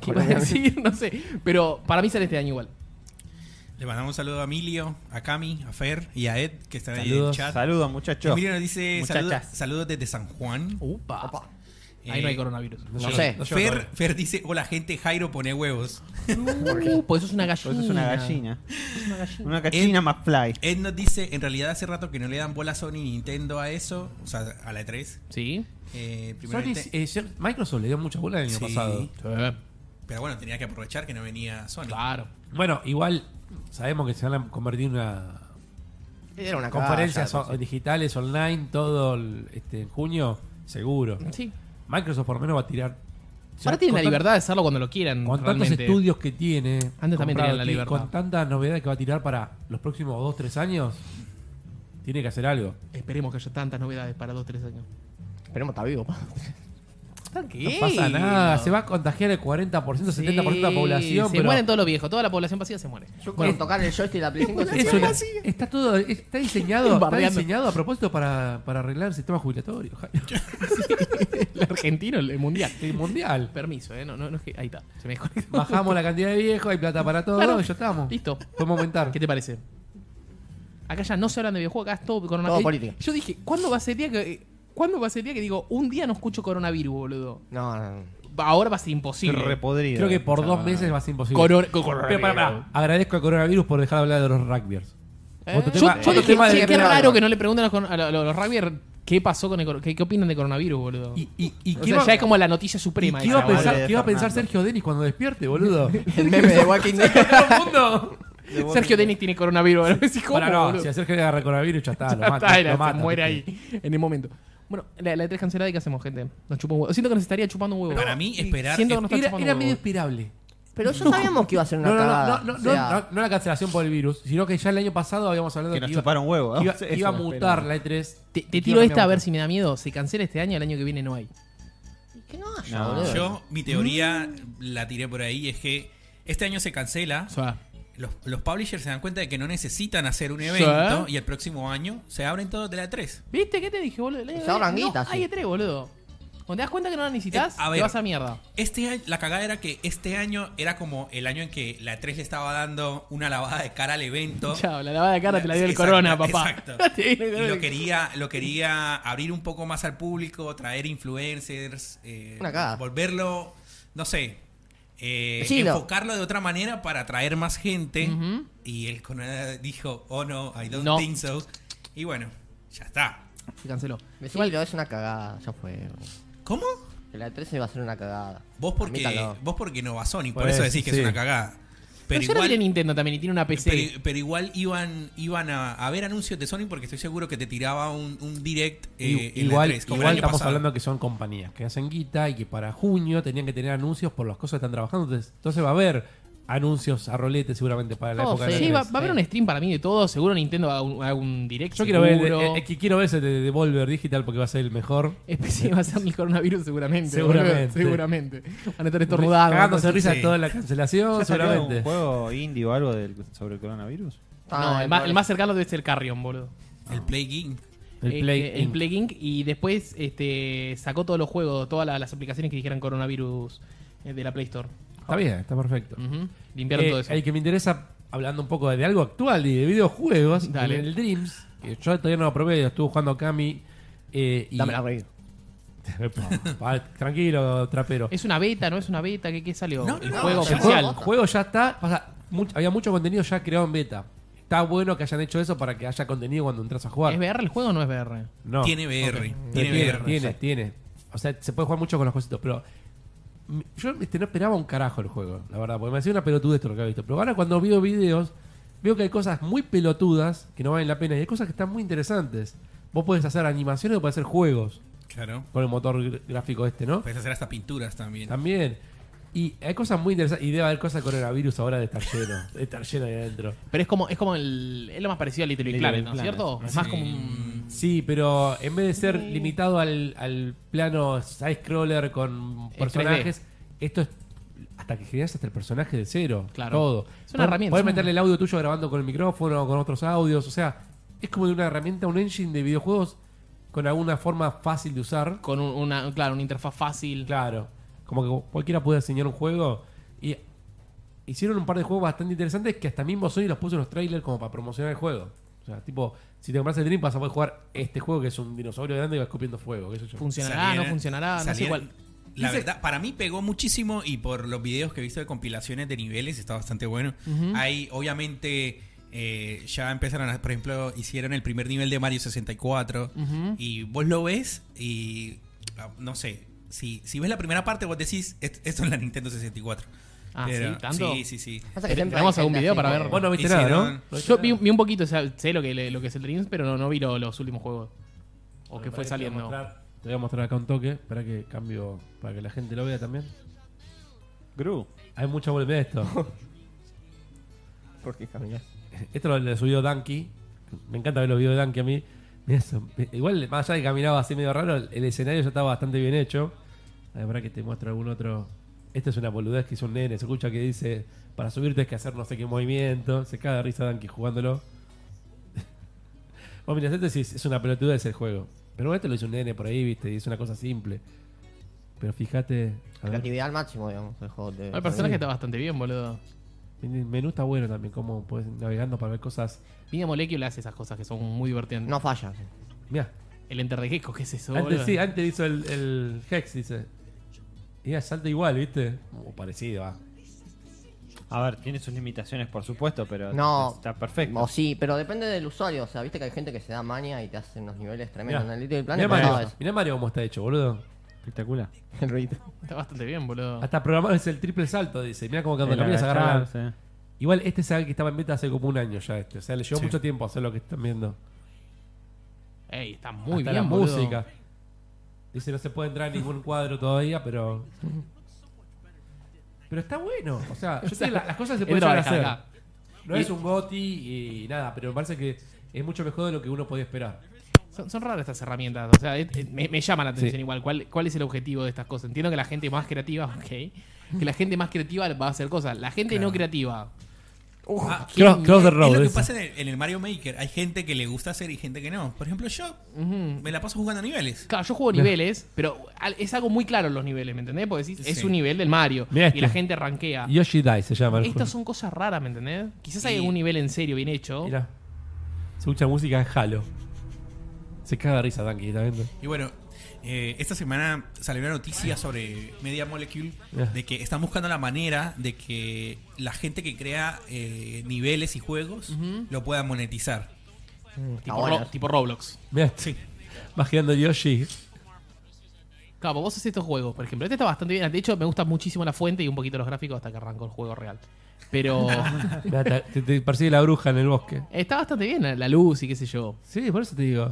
¿Qué iba a decir? No sé. Pero para mí sale este año igual.
Le mandamos un saludo a Emilio, a Cami, a Fer y a Ed, que están ahí en el
Saludos.
chat.
Saludos, muchachos.
Emilio nos dice saludos,
Muchachas.
saludos desde San Juan.
Upa.
Opa.
Ahí
Eh,
no hay coronavirus.
No
Sí.
sé.
Fer, Fer dice, hola gente, Jairo pone huevos.
Uh, pues eso es una gallina.
Por eso es una gallina.
Es una gallina.
Una gallina
Eh,
más fly.
Ed nos dice, en realidad hace rato que no le dan bola a Sony ni Nintendo a eso, o sea, a la E E3.
Sí.
Eh, primero
Sony,
el te-
eh, yo- Microsoft le dio mucha bola el año
Sí.
pasado.
Pero bueno, tenía que aprovechar que no venía Sony.
Claro.
Bueno, igual sabemos que se van a convertir en una
Era una
conferencias
cagada,
o- digitales online todo el- este, en junio, seguro.
Sí.
Microsoft por lo menos va a tirar. se
Ahora
va-
tienen
con
la
tan-
libertad de hacerlo cuando lo quieran.
Con tantos
realmente.
estudios que tiene.
Antes también
comprado
tenían la
aquí,
libertad.
Con tantas novedades que va a tirar para los próximos 2-3 años, tiene que hacer algo.
Esperemos que haya tantas novedades para 2-3 años.
Esperemos está vivo. pa.
Tranquilo.
No pasa nada, se va a contagiar el 40%, 70% de la
Sí,
población.
Se
pero
mueren todos los viejos. Toda la población pasiva se muere.
Yo con tocar el joystick de la Play 5
es una- está todo está diseñado, está
Bardeando.
diseñado a propósito para, para arreglar el sistema jubilatorio. Jairo.
El argentino, el mundial.
El mundial.
Permiso, ¿eh? No, no, no es que. Ahí está. Se me desconectó.
Bajamos la cantidad de viejos, hay plata para todo,
Claro.
y ya estamos.
Listo.
Podemos aumentar.
¿Qué te parece? Acá ya no se hablan de videojuegos, acá es todo coronavirus.
Todo política.
Yo dije, ¿cuándo va a ser el día que. ¿Cuándo va a ser el día que digo, un día no escucho coronavirus, boludo?
No, no, no.
Ahora va a ser imposible.
Repodrido.
eh, Creo que por dos meses va a ser imposible.
Corona- con
Pero pará, pará. Agradezco a Coronavirus por dejar hablar de los rugbyers.
Eh,
Otro
yo-
tema-
yo
otro
dije,
tema
sí,
del
qué
verano.
raro que no le pregunten a los, a los, a los rugbyers qué pasó con el cor- qué, qué opinan de coronavirus, boludo.
Y, y, y
o
qué
sea,
va-
ya es como la noticia
y
suprema.
qué iba a
esa,
pensar,
boludo.
de
qué iba a pensar
Fernando.
Sergio Denis cuando despierte, boludo?
El meme de Walking Dead.
¡Todo el mundo!
Sergio Denis tiene coronavirus, boludo. Decís, ¿cómo,
Pará, no,
boludo?
si a Sergio le agarra coronavirus, ya está, lo
Ya
mata.
está,
lo
era,
mata,
se muere
porque-
ahí en el momento. Bueno, la, la de tres cancelada y qué hacemos, gente. Nos chupa un huevo. Siento que nos estaría chupando un huevo.
Para mí, esperar-
Siento que nos está
Era,
chupando
era
un
medio
huevo.
inspirable.
Pero ya sabíamos que iba a ser una
No, no, no,
cagada.
no, no,
o sea,
no, no la cancelación por el virus, sino que ya el año pasado habíamos hablado
Que
de
nos
iba-
chuparon huevo.
que iba,
Eso
que iba a
me
mutar
esperaba.
la E E3.
Te,
que
te
iba
tiro esta a
cambiar
ver
mucho.
si me da miedo. Se cancela este año, el año que viene no hay.
Que no haya,
No.
boludo.
Yo,
Mm.
mi teoría, la tiré por ahí, es que este año se cancela.
O sea,
Los, los publishers se dan cuenta de que no necesitan hacer un evento
Sí.
y el próximo año se abren todos de la 3.
¿viste qué te dije, boludo?
Se ahorran
No,
guita, sí.
Hay tres, boludo. Cuando te das cuenta que no la necesitas,
Eh, a
te
ver.
vas a mierda.
Este año- la cagada era que este año era como el año en que la 3 le estaba dando una lavada de cara al evento.
Chao, la lavada de cara te la dio el
Exacto,
corona, papá.
exacto.
Te dio el
Y lo
corona.
quería, lo quería abrir un poco más al público, traer influencers, eh,
Una cagada.
volverlo, no sé, eh,
Chilo.
enfocarlo de otra manera para atraer más gente.
Ujú.
Y el coronel dijo, oh no, I don't
No.
think so. Y bueno, ya está.
Se canceló.
Igual que es una cagada, ya fue.
¿Cómo?
Que la 13 va a ser una cagada.
Vos porque,
Admítalo.
vos porque no vas Sony, por
Pues,
eso decís que
sí.
es una cagada.
Pero,
Pero
ya la tiene
igual,
Nintendo también y tiene una PC.
eh,
pero, pero igual iban, iban a, a ver anuncios de Sony porque estoy seguro que te tiraba un, un direct eh,
I-
en la
igual
3, como el
igual
año
estamos
pasado.
hablando que son compañías que hacen guita y que para junio tenían que tener anuncios por las cosas que están trabajando. Entonces, entonces va a haber anuncios a rolete seguramente para la
Oh,
época de la E
sí, va,
E3.
va a haber un stream para mí de todo. Seguro Nintendo haga un, haga un direct.
Yo quiero ver, el-
seguro.
eh, es que quiero ver ese de Devolver Digital porque va a ser el mejor.
Sí, va a ser el coronavirus seguramente.
Seguramente.
boludo, seguramente. Van a estar estornudados.
Cagándose de risa
Sí.
toda la cancelación,
¿Ya salió
seguramente.
un juego indie o algo del- sobre el coronavirus?
No,
Ah,
el, más,
bueno.
el más cercano debe ser Carrion, boludo.
El Play Game.
El Play.
Este, el
Inc.
Plague Inc. Y después este, sacó todos los juegos, todas la- las aplicaciones que dijeran coronavirus eh, de la Play Store.
Está bien, está perfecto.
Ujú, Limpiaron
Eh,
todo eso.
El que me interesa, hablando un poco de algo actual y de videojuegos,
Dale.
en el Dreams, que yo todavía no lo probé, lo estuve jugando Cami. Eh, y-
Dame la reír.
Pa, Tranquilo, trapero.
Es una beta, ¿no? Es una beta. ¿Qué, qué salió?
No, no,
el
no,
juego
ya
El
oficial.
juego, el juego ya está. o sea, much- había mucho contenido ya creado en beta. Está bueno que hayan hecho eso para que haya contenido cuando entras a jugar.
¿Es VR el juego o no es VR?
No.
Tiene VR.
Pero
Tiene
tiene,
VR.
tiene, tiene. O sea, se puede jugar mucho con los cositos, pero. mm, Yo este, no esperaba un carajo el juego, la verdad, porque me hacía una pelotuda esto lo que había visto. Pero ahora cuando veo videos, veo que hay cosas muy pelotudas que no valen la pena y hay cosas que están muy interesantes. Vos podés hacer animaciones o podés hacer juegos
Claro.
con el motor gr- gráfico este, ¿no?
Puedes hacer hasta pinturas también.
También. Y hay cosas muy interesantes. Y debe haber cosas con coronavirus ahora de estar lleno. de estar lleno ahí adentro.
Pero es como, es como el. Es lo más parecido a Little Big
Little
Planet,
Big
¿no es
Planet.
cierto? Es más
Sí.
como un.
Sí, pero en vez de ser limitado al, al plano side-scroller con
Es
personajes, esto es hasta que generas hasta el personaje de cero.
Claro.
Todo.
Es una
Podés-
herramienta,
Podés
es un-
meterle el audio tuyo grabando con el micrófono, con otros audios. O sea, es como de una herramienta, un engine de videojuegos con alguna forma fácil de usar.
Con un- una, claro, una interfaz fácil.
Claro. Como que cualquiera puede diseñar un juego. Y hicieron un par de juegos bastante interesantes que hasta mismo Sony los puso en los trailers como para promocionar el juego. O sea, tipo, si te compras el Dream vas a poder jugar este juego que es un dinosaurio grande que va escupiendo fuego. qué sé yo.
Funcionará,
Salieron-
no funcionará, no sé
salieron-
cuál.
La
Dice-
verdad, para mí pegó muchísimo y por los videos que he visto de compilaciones de niveles está bastante bueno. Hay, obviamente, eh, ya empezaron, a, por ejemplo, hicieron el primer nivel de Mario 64 y vos lo ves y, ah, no sé, si, si ves la primera parte vos decís, "Est- esto es la Nintendo 64.
Ah, ¿sí? ¿Tanto?
Sí, sí, sí.
Pasa
Pero
siempre
tenemos
hay
algún
gente
video
así
para
que-
ver.
Vos no viste
Hicieron-
nada, ¿no? No
Yo
viste
vi,
nada.
vi un poquito, o sea, sé lo que, le- lo que es el Dreams, pero no, no vi lo- los últimos juegos. O que fue
Pará, te voy a
saliendo.
mostrar- Te voy a mostrar acá un toque para que cambio, para que la gente lo vea también.
Gru.
Hay mucha vuelta de esto.
Porque caminas.
Esto lo, lo subió Danky. Me encanta ver los videos de Danky a mí. Mirá eso. Igual, más allá de que caminaba así medio raro, el, el escenario ya estaba bastante bien hecho. A ver, para que te muestre algún otro. Esta es una boludez que hizo un nene. Se escucha que dice: Para subirte hay que hacer no sé qué movimiento. Se caga de risa Danky jugándolo. Vos mirá, este sí es es una pelotuda ese juego. Pero bueno, esto lo hizo un nene por ahí, viste. Y es una cosa simple. Pero fíjate. a ver,
Creatividad al máximo, digamos, el juego de-
El personaje está bastante bien, boludo.
el menú está bueno también, como puedes ir navegando para ver cosas.
Vida Molecule hace esas cosas que son muy divertidas.
No falla.
Mirá,
El Enter the Gecko, ¿qué es eso?
Antes
boludo?
sí, antes hizo el, el Hex, dice. Y salta igual, ¿viste? O Uh, parecido, va.
A ver, tiene sus limitaciones, por supuesto, pero
No.
está perfecto.
O sí, pero depende del usuario. O sea, viste que hay gente que se da maña y te hace unos niveles tremendos. En el Little Planet
mirá
pasaba
Mario,
eso.
mirá Mario cómo está hecho, boludo.
Espectacular.
El ruido.
Está bastante bien, boludo.
Hasta programado es el triple salto, dice. Mirá cómo cuando
El
caminas agarra. la-
agacharse.
Igual este sabe que estaba en beta hace como un año ya este. O sea, le llevó mucho tiempo hacer lo que están viendo.
Ey, está muy
Hasta
bien.
la
boludo.
música. Dice, no se puede entrar en ningún cuadro todavía, pero. Pero está bueno. O sea, yo sé que la- las cosas se
Es
pueden llegar a
trabajar
hacer.
acá.
No
Y-
es un goti y nada, pero me parece que es mucho mejor de lo que uno podía esperar.
Son, son raras estas herramientas. O sea, et- et- me, me llama la atención
Sí.
igual. ¿Cuál, ¿Cuál es el objetivo de estas cosas? Entiendo que la gente más creativa, ok. Que la gente más creativa va a hacer cosas. La gente no creativa
Uf,
Ah,
Cross,
¿Quién-
Cross the Road.
es lo que
ese.
pasa en el, en el Mario Maker. Hay gente que le gusta hacer y gente que no. Por ejemplo, yo me la paso jugando a niveles.
Claro, yo juego niveles, pero al- es algo muy claro los niveles, ¿me entendés? Porque decís, es
Sí.
un nivel del Mario.
Mirá este.
Y la gente rankea.
Yoshi Die se llama el
Estas
juego.
son cosas raras, ¿me entendés? Quizás hay
Y-
algún nivel en serio bien hecho.
Mirá. Se escucha música en Halo. Se caga de risa Danky, está viendo.
Y bueno, eh, esta semana salió una noticia sobre Media Molecule
Ya.
de que están buscando la manera de que la gente que crea eh, niveles y juegos lo pueda monetizar.
Tipo,
Ah, bueno.
Ro- tipo Roblox.
Mirá, vas girando Yoshi.
Claro, vos haces estos juegos, por ejemplo. Este está bastante bien. De hecho, me gusta muchísimo la fuente y un poquito los gráficos hasta que arrancó el juego real. Pero
Mirá, te, te- te persigue la bruja en el bosque.
está bastante bien la- la luz y qué sé yo.
Sí, por eso te digo.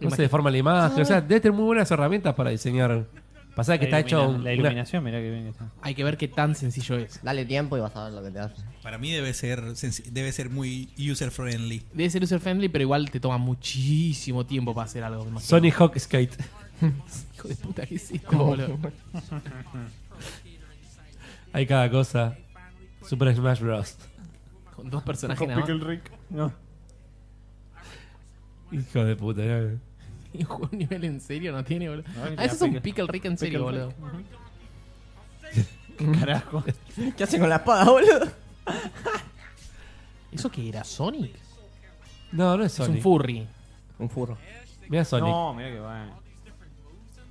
No
Imagínate.
se deforma la imagen. O sea, debe tener muy buenas herramientas para diseñar. Pasa que
La
está hecho
ilumina-
un-
La
una-
iluminación, mirá que bien que está.
Hay que ver qué tan sencillo es.
Dale tiempo y vas a ver lo que te hace.
Para mí debe ser, senc- debe ser muy user friendly.
Debe ser user friendly, pero igual te toma muchísimo tiempo para hacer algo. me imagino.
Sony Hawk Skate.
Hijo de puta, ¿qué es esto, boludo?
Hay cada cosa. Super Smash Bros.
Con dos personajes nada más.
Rick. No.
Hijo de puta. ¿eh? mirá.
Y un nivel en serio no tiene, boludo.
No,
Ah,
la
eso es un
pica-
Pickle Rick en serio,
Pickle
boludo.
Rick. ¿Qué carajo?
¿Qué hace con la espada, boludo?
¿Eso qué era? ¿Sonic?
No, no es
Es un
Sonic.
furry.
Un furro.
Mira Sonic.
No, mirá que bueno.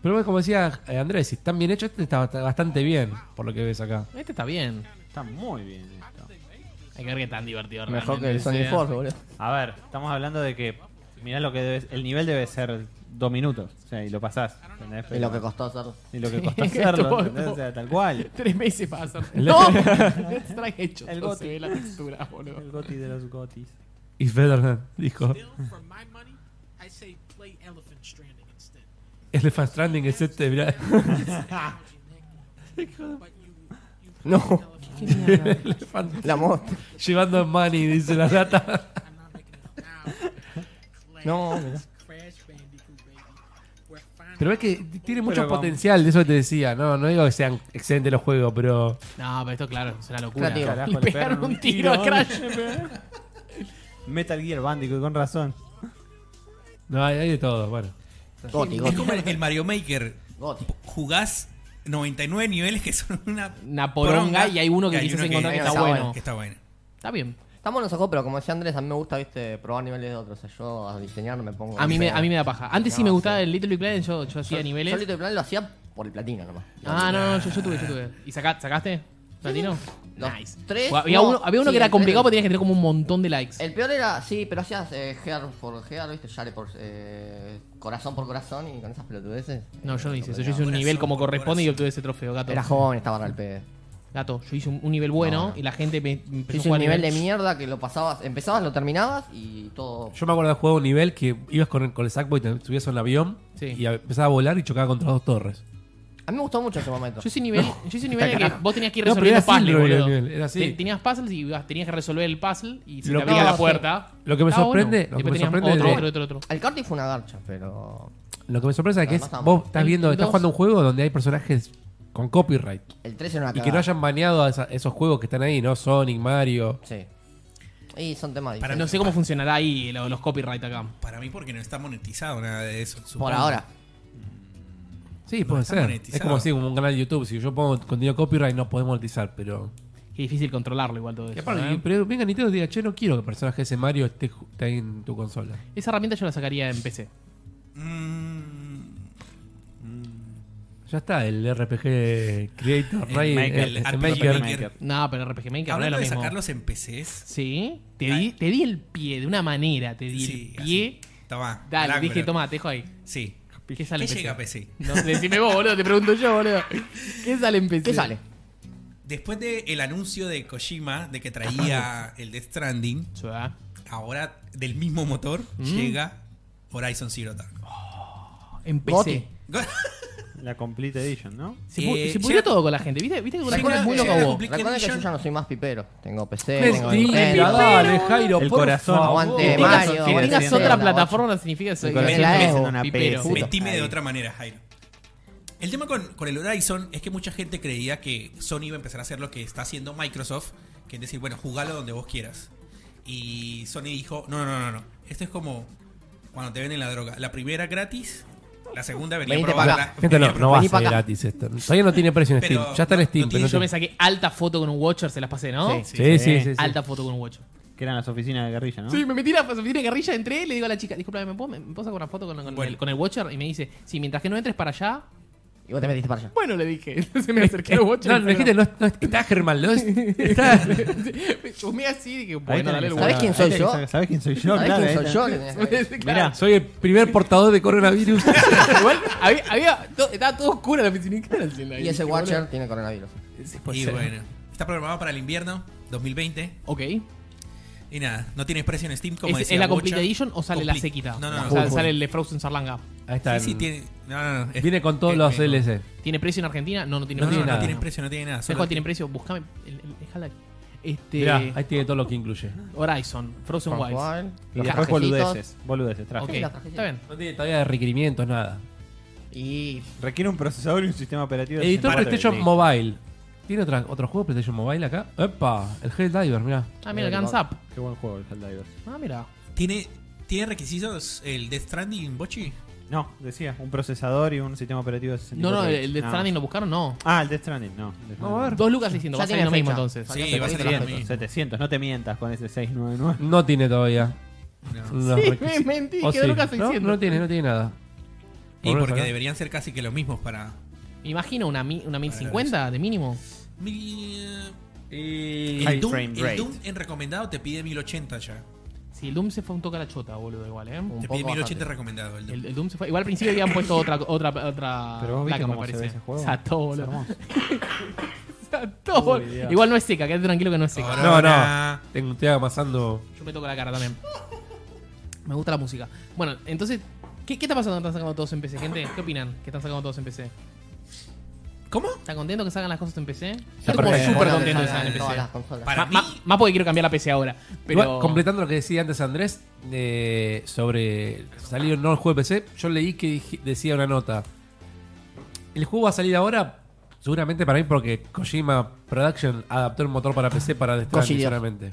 Pero bueno, como decía eh, Andrés, si están bien hechos, este está bast- bastante bien, por lo que ves acá.
Este está bien.
Está muy bien esto.
Hay que ver qué tan divertido
Mejor
realmente
que el Sonic
sea.
Force, boludo.
A ver, estamos hablando de que. Mirá lo que debe. El nivel debe ser dos minutos. O sea, y lo pasás. ¿entendés?
Y lo que costó hacerlo.
Y lo que costó
Sí,
hacerlo.
estuvo-
¿entendés? O sea, tal cual.
Tres meses para hacer.
El
¡No!
otro-
Strike hecho.
El
No
Gothic.
se ve la textura, boludo.
El goti de los gotis.
Y Federer dijo:
Bill, for my money, I say play Elephant Stranding instead.
Elephant Stranding es este, mirá.
But you, you
No.
Elephant
La mostra.
llevando money, dice la rata.
I'm not making it up now. Clay,
No, mira.
Crash Bandicoot, baby. We're finally
Pero es que tiene mucho
como-
potencial, de eso te decía. No, no digo que sean excelentes los juegos, pero.
No, pero esto, claro, es una locura.
Creativo.
Le
Carajo,
pegaron un tiro a Crash.
Metal Gear Bandicoot, con razón.
No, hay, hay de todo, bueno.
Goti,
Es
Goti.
como el, el Mario Maker.
Goti.
Jugás 99 niveles que son una...
Una poronga y hay uno que
y hay
quizás
uno
encontrar que
que
está
está
bueno.
que está bueno.
Está bien.
Estamos nos sacó, pero como decía Andrés, a mí me gusta, viste, probar niveles de otros. O sea, yo a diseñar no me pongo.
A mí, me, a mí me da paja. Antes sí
No,
me
sí.
gustaba el Little Big Planet, yo, yo hacía niveles.
Yo Little Plan lo hacía por el platino nomás.
Ah, no, no, yo, yo tuve, yo tuve. ¿Y saca- sacaste? ¿Platino?
Los
Nice.
tres,
O había,
no.
uno, había uno
Sí,
que era
el
complicado
tres.
porque tenías que tener como un montón de likes.
El peor era, sí, pero hacías eh, Gear por Gear, viste, Yare por. eh, corazón por corazón y con esas pelotudeces.
No, yo no hice eso. Yo hice
Corazón
un nivel como
por
corresponde y
corazón.
obtuve ese trofeo, gato.
Era joven, estaba para el pedo.
Gato, yo hice un, un nivel bueno
No.
y la gente me, me empezó a
Hice un
jugar
nivel de
niveles.
mierda que lo pasabas, empezabas, lo terminabas y todo.
Yo me acuerdo de jugar un nivel que ibas con el, con el Sackboy, te subías a un avión
Sí.
y a- empezaba a volar y chocaba contra dos torres.
A mí me gustó mucho ese momento.
Yo hice nivel, yo hice nivel en que vos tenías que ir
No, pero
resolviendo
era así,
puzzles,
bro, era
boludo.
nivel, era así.
Te- Tenías puzzles y ibas- tenías que resolver el puzzle y se
Lo
te
que-
abría
No,
la
sí.
puerta.
Lo que me
Estaba
sorprende-
bueno.
lo
Después
que me
tenías
sorprende
otro,
de-
otro, otro, otro.
El karting fue una garcha, pero.
Lo que me sorprende es que
No,
es-
no estamos.
vos estás
El-
viendo,
el
estás
dos.
jugando un juego donde hay personajes con copyright.
El 3 era una
Y
cagada.
que no hayan baneado a esa- esos juegos que están ahí, ¿no? Sonic, Mario.
Sí. Y son temas
Para
No
diferentes.
sé cómo funcionará ahí lo- los copyright acá.
Para mí porque no está monetizado nada de eso.
Por
supongo.
ahora.
Sí, puede
está
ser.
monetizado.
Es como si un canal de YouTube, si yo pongo contenido copyright no podemos monetizar, pero...
Qué difícil controlarlo igual todo
Y
eso.
aparte,
¿eh?
pero venga Nintendo y diga, che, no quiero que el personaje ese Mario esté, ju- esté ahí en tu consola.
Esa herramienta yo la sacaría en PC.
Mm,
Ya está, el RPG Creator
El
Ray-
Maker,
el-
el
el
RPG
Maker.
Maker.
No, pero RPG Maker no es
Hablando
lo
de
mismo.
sacarlos en PCs.
Sí, te di, te di el pie, de una manera te di
Sí,
el pie.
Toma.
Dale, dije, toma, te dejo ahí.
Sí.
¿Qué sale
¿Qué
en PC?
llega a PC?
No, decime vos, boludo, te pregunto yo, boludo. ¿Qué sale en PC?
¿Qué sale?
Después del anuncio de Kojima de que traía el Death Stranding,
Sí, ¿verdad?
ahora del mismo motor
Mm.
llega Horizon Zero Dawn.
En PC.
Goti.
La Complete Edition, ¿no?
Se, pu-
Eh,
se pudrió
llega-
todo con la gente, ¿viste? ¿Viste que con la gente
Llega-
es muy
llega
loca
la
vos?
Complete
Recuerden que yo
Edition.
ya no soy más pipero. Tengo PC, tengo
Mentira,
Nintendo.
dale, Jairo,
El
por
corazón.
favor.
Eh,
Aguante,
Que
Mario,
tengas, que
sigue
tengas
siendo
otra
una
plataforma no significa que soy
Nicolás,
que
sigue
eres
siendo
una
pipero.
PC.
Vestime de otra manera, Jairo. El tema con, con el Horizon es que mucha gente creía que Sony iba a empezar a hacer lo que está haciendo Microsoft, que es decir, bueno, jugalo donde vos quieras. Y Sony dijo, no, no, no, no, esto es como cuando te venden la droga. La primera gratis, la segunda venía a
Venite
probarla.
pa' acá.
Gente, no, no va a
Vení pa'
ser
acá.
gratis esto. Todavía no tiene precio en
Pero
Steam. Ya está en
no-
Steam. pero
no tiene-
no
Yo
Sí.
me saqué alta foto con un Watcher, se las pasé, ¿no?
Sí.
tiene- sí, sí, sí, sí.
Alta foto con un Watcher.
Que eran las oficinas de guerrilla, ¿no?
Sí, me metí en la me metí en la guerrilla, entré, le digo a la chica, disculpame, ¿me puedo, me puedo sacar una foto con, con
Bueno.
el, con el Watcher? Y me dice, sí, mientras que no entres para allá.
Y vos te metiste para allá.
Bueno, le dije. Entonces me acerqué al Watcher.
No, me dijiste, no, no, está Germán Lost. Está.
me chumé así y dije,
Ahí
bueno,
tenés
dale
que
el
saber-
¿Sabés
Watcher.
quién soy
ahí tenés que
yo?
saber- ¿Sabés quién soy yo?
¿Sabés
Claro,
quién
ahí
soy
tenés-
yo? Le tenés que saber.
Claro.
Soy el primer portador de coronavirus.
Igual había, había to- estaba todo oscuro la piscina. ¿qué era el celular?
Y ese
dije,
Watcher tiene coronavirus.
bueno, sí,
Pues
puede
Y
ser.
bueno, está programado para el invierno 2020.
Ok.
Y nada, no tiene precio en Steam como
¿Es,
decía
es la
Bocha.
Complete Edition o sale la
Complete.
sequita?
No, no, no.
O sea,
Full,
sale
full.
el de Frozen Sarlanga.
Ahí está.
Sí, sí, tiene. No, no, no. es-
Viene con todos
es-
los
es-
DLC.
¿Tiene precio en Argentina? No, no tiene
No, no,
precio.
no,
nada.
tiene precio, no tiene nada.
¿Sabes
solo
cuál tiene precio? Buscame. El, el- déjala aquí. Este,
Mirá, ahí tiene todo lo que incluye.
Horizon, Frozen
Con
Wilds.
Juan,
Lo
los
que fue
trajecitos.
boludeces. Boludeces, traje.
Ok,
Sí, las
está
trajecitas.
bien.
No tiene todavía de requerimientos, nada.
Y
Requiere un procesador y un sistema operativo. de
Editor
64
PlayStation
bits.
Mobile. ¿Tiene otra, otro juego PlayStation Mobile acá? ¡Epa! El Helldiver, mirá.
Ah,
Eh,
mira, el
Mira,
Guns
lo-
Up.
Qué buen juego el Helldivers.
Ah, mira.
¿Tiene, ¿Tiene requisitos el Death Stranding, Bochi?
No, decía, un procesador y un sistema operativo de
No,
64
no, el,
bits.
el de
Nada
Stranding
más.
lo buscaron, no.
Ah, el Death Stranding, no. Death Stranding.
Dos lucas 600,
Ya
va a salir
tiene
lo mismo
fecha.
entonces.
Sí,
Salió
va a ser
Salió
lo
700,
mismo.
700, no te mientas con ese 699.
No tiene todavía.
No.
los
Sí,
requisitos.
me mentí,
¿O
quedó
sí?
loca
no,
600.
no tiene, no tiene nada.
Y
Por
porque
eso, ¿no?
deberían ser casi que los mismos para.
Me imagino una, mi- una 1050 de mínimo.
Mil- eh,
High
el, Doom,
frame
el
rate.
Doom en recomendado te pide 1080 ya.
Si el Doom se fue un toque a la chota, boludo, igual, ¿eh?
Un
Te
poco
pide 1080
bastante.
recomendado. El Doom.
El, el Doom se fue. Igual al principio habían puesto otra, otra, otra
Pero vos viste
placa,
cómo se ve ese juego.
O sea, todo,
Es
boludo.
hermoso.
O sea, todo, boludo.
Uy, Dios.
Igual no es seca, quédate tranquilo que no es seca.
Ahora-
No, no.
Ahora-
Tengo, estoy amasando.
Yo me toco la cara también. Me gusta la música. Bueno, entonces, ¿qué, qué está pasando que están sacando todos en PC, gente? ¿Qué opinan que están sacando todos en PC?
¿Cómo?
¿Están contentos que salgan las cosas en PC?
Está
Yo como
perfecto.
súper
Bueno,
contento de
salgan
sacar en
en todas
PC.
las consolas.
Para
Ma-
mí,
Más porque quiero cambiar la PC ahora. Pero
Igual, completando lo que decía antes Andrés de- sobre salir o no el juego de PC, yo leí que dij- decía una nota. El juego va a salir ahora, seguramente para mí, porque Kojima Production adaptó el motor para PC para Death Stranding,
Koji Dios.
seguramente.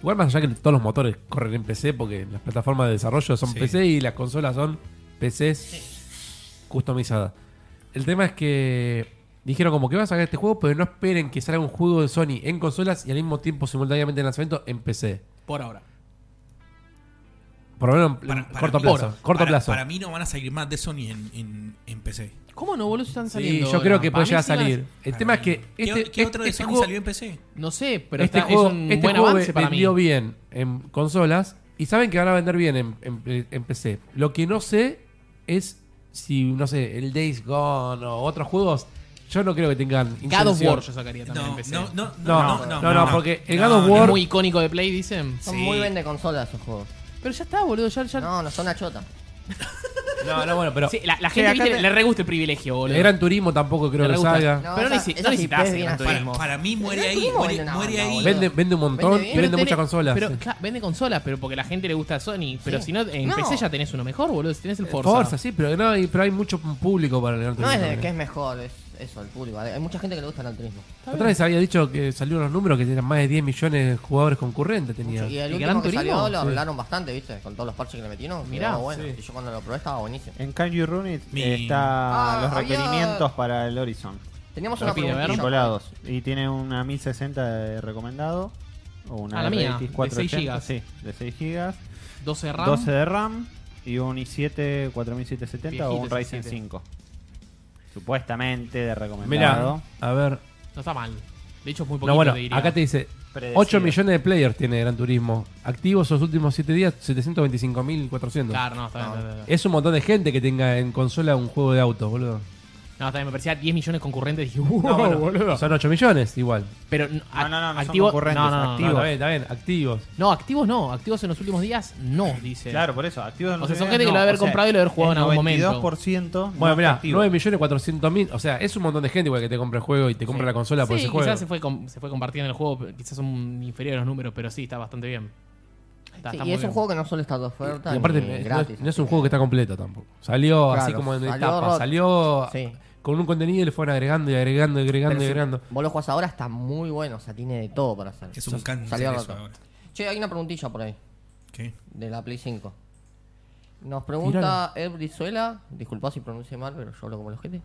Igual más allá que todos los motores corren en PC, porque las plataformas de desarrollo son
Sí.
PC y las consolas son PCs customizadas. El tema es que dijeron como que van a sacar este juego, pero no esperen que salga un juego de Sony en consolas y al mismo tiempo simultáneamente en lanzamiento en PC.
por ahora.
Por lo menos en
para, para
corto
mí-
plazo.
para-
corto
para-
plazo.
Para mí no van a salir más de Sony en, en, en PC.
¿Cómo no, boludo? Están
sí,
saliendo.
yo creo
ahora.
que
Para
puede
mí
llegar a
sí van
salir. El tema es que
¿Qué,
este,
o- qué otro de
este
Sony
juego,
salió en PC?
No sé, pero
este
está-
juego-
es un
este
buen
juego
avance para mí.
vendió bien en consolas y saben que van a vender bien en, en- en PC. Lo que no sé es si, no sé, el Days Gone o otros juegos, yo no creo que tengan
God of
intención.
War yo sacaría también en
No,
PC.
no, no,
No,
no,
no, no, porque el God of
no.
Es
War-
muy icónico de Play, dicen.
Son
Sí.
muy bien de consolas esos juegos.
Pero ya está, boludo. Ya, ya...
No, no son una chota.
No, no, bueno, pero
Sí, la, la gente
acá
viste,
te-
le re gusta el privilegio, boludo.
el Gran Turismo tampoco creo
Me
que
re gusta.
salga.
No,
No,
pero
esas-
necesitas- no
esas
necesitas
IPs bien
tanto
así.
Para, para mí muere
Gran
ahí,
Turismo
muere,
vende una
muere
banda,
ahí.
boludo.
Vende, vende un montón
Vende bien.
y vende
tenés-
muchas consolas.
Pero,
sí.
claro, vende consolas, pero porque a la gente le gusta Sony. Pero
Sí.
si no, en
No.
PC ya tenés uno mejor, boludo. Si tenés el Forza.
Eh, Forza. sí, pero, no, hay- pero hay mucho público para el Gran
No es
Turismo ¿eh?
de
también.
que es mejor, es eso, el público. Hay mucha gente que le gusta el altruismo.
Otra vez había dicho que salieron los números que eran más de 10 millones de jugadores concurrentes tenía.
Y el
¿Y
último
Gran
que
Turismo?
salió lo
Sí.
hablaron bastante, ¿viste? Con todos los parches que le metieron.
Mirá,
Mirá, bueno.
sí.
Y yo cuando lo probé estaba buenísimo.
En Can You Run It
Mi-
está
Ah,
los
había-
requerimientos para el Horizon.
Teníamos una
Repite, a ver.
preguntilla.
Vinculados. Y tiene una 1060 de recomendado. O una
Ah, la mía,
RX
de 6 gigas.
Sí, de 6 gigas.
12 de RAM.
12 de RAM y un i7 4770 o un
Viejito ese
Ryzen
i7.
5. Supuestamente de recomendado.
Mirá, a ver.
No está mal. De hecho, es muy poquito.
No, bueno,
te diría.
acá te dice
Predecido.
8 millones de players tiene Gran Turismo. Activos los últimos 7 días, 725.400.
Claro, no, está bien. está bien, está bien.
Es un montón de gente que tenga en consola un juego de autos, boludo.
No, está bien. Me parecía 10 millones concurrentes. uh, Dije, wow,
No, bueno,
boludo.
Son 8 millones igual.
Pero no,
no, no, no son
activo-
concurrentes,
no, no, no,
No,
activos.
está bien, está bien, activos.
No, activos no. Activos en los últimos días, no, dice.
Claro, por eso. Activos en
O sea, son
realidad
gente que lo va a haber
o sea,
comprado y lo va a haber jugado en
el
algún momento.
92% no
Bueno, mirá,
está activo.
9.400.000. O sea, es un montón de gente igual que te compra el juego y te compra la consola por
Sí,
ese juego.
quizás se fue, com- se fue compartiendo el juego, pero quizás son inferiores los números, pero sí, está bastante bien. Está-
Sí,
está
y
muy
es un
bien.
juego que no suele estar de oferta.
Y aparte,
ni
no es- no,
Eh, gratis.
es, no es un juego que está completo tampoco. Salió así
Claro,
como en
salió
etapa,
rot-
salió
Sí.
con un contenido y le fueron agregando y agregando y agregando y
Pero si
agregando.
Vos lo jugás ahora, está muy bueno, o sea, tiene de todo para hacer.
Es un
Salió
cáncer
al
eso
rato.
ahora.
Che, hay una preguntilla por ahí,
¿Qué?
de la Play 5. Nos pregunta Ed Brizuela, disculpa si pronuncie mal, pero yo hablo como los gente.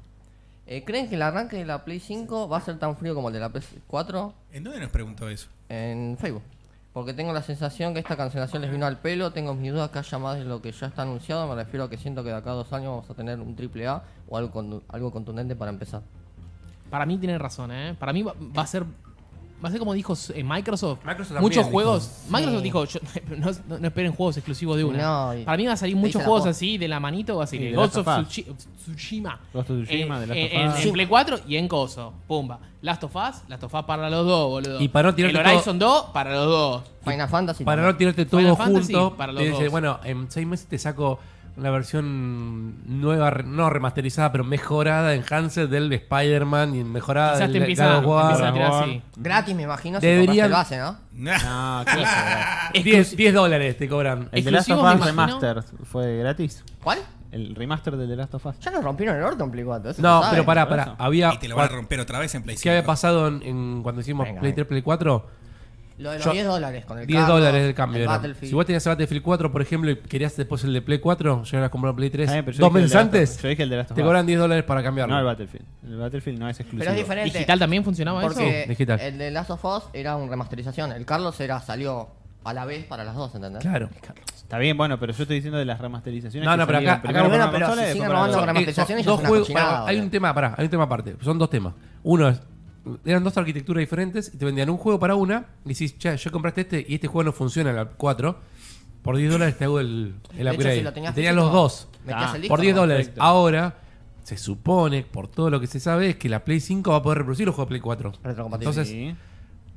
Eh, ¿Creen que el arranque de la Play 5 va a ser tan frío como el de la Play 4
¿En dónde nos preguntó eso?
en Facebook? Porque tengo la sensación que esta cancelación les vino al pelo, tengo mis dudas que haya más de lo que ya está anunciado, me refiero a que siento que de acá a dos años vamos a tener un triple A o algo, condu- algo contundente para empezar.
Para mí tienen razón, ¿eh? Para mí va, va a ser. Va a ser como dijo eh, Microsoft.
Microsoft
muchos
también
juegos. Microsoft
Sí.
dijo: yo- no, no- no esperen juegos exclusivos de una.
No, y-
Para mí van a salir
te
muchos
dice la
juegos
posta.
así de la manito. Va a
Sí,
salir
de
Ghost
Last
of
of Us.
Tsushi- Tsushima.
Ghost of Tsushima,
Eh,
de Last
eh,
of
en-
Us.
En, Play 4 y en Coso. Pumba. Last of Us, Last of Us para los dos, boludo.
Y para no tirarte
El Horizon 2 para los dos.
Final Fantasy.
Para
también.
no tirarte
Final
todo
Fantasy,
junto,
para
para
los dos.
bueno, en seis meses te saco una versión nueva, re- no remasterizada, pero mejorada, enhanced del Spider-Man y mejorada
Quizás te
del
empiezan,
God of War.
empiezan a tirar
God of
así.
Gratis, me imagino,
Deberían-
si compras el base, ¿no?
No, qué sé.
10, 10 dólares te cobran.
El de Last of
Exclusivos,
Us
me imagino.
Remaster fue gratis.
¿Cuál?
El remaster del The Last of Us.
Ya nos rompieron el orto en Play 4. eso
No,
se sabe.
pero pará,
por
pará.
eso.
Había,
Y te lo van a romper otra vez en Play 5.
¿Qué había pasado en, en cuando hicimos
Venga,
Play
venga.
3, Play 4?
Lo de los
Yo-
10 dólares con el
10
cambio,
dólares el cambio.
el
era.
Battlefield.
Si vos tenías el Battlefield 4, por ejemplo, y querías después el de Play 4, llegan a comprar un Play 3.
Está bien, pero yo
dos
dije el
meses
de Last of-
antes,
yo dije el de Last of
te
Us.
cobran 10 dólares para cambiarlo.
No el Battlefield. El Battlefield no es exclusivo.
pero es diferente.
¿Digital también funcionaba
Porque
eso?
digital.
el de Last of Us era una remasterización. El Carlos era salió a la vez para las dos, ¿entendés?
Claro.
Está bien, bueno, pero yo estoy diciendo de las remasterizaciones.
No,
que
no, pero
salieron
acá-
primero
acá-
para
bueno, pero
consola
si
y
siguen
después para
robando
la-
con remasterizaciones
Eh, son-
es una
dos juegos-
cochinada,
pará, hay
boludo.
un tema, pará, hay un tema aparte. Son dos temas. Uno es, eran dos arquitecturas diferentes y te vendían un juego para una y decís, che, yo compraste este y este juego no funciona en la 4. Por 10 dólares te hago el, el
De hecho,
upgrade.
si lo tenías
Y tenían
físico,
los dos.
metías
Ah,
el disco,
por 10
¿no?
dólares.
perfecto.
Ahora, se supone, por todo lo que se sabe, es que la Play 5 va a poder reproducir los juegos de Play 4.
Retrocompatible.
Entonces,
Sí.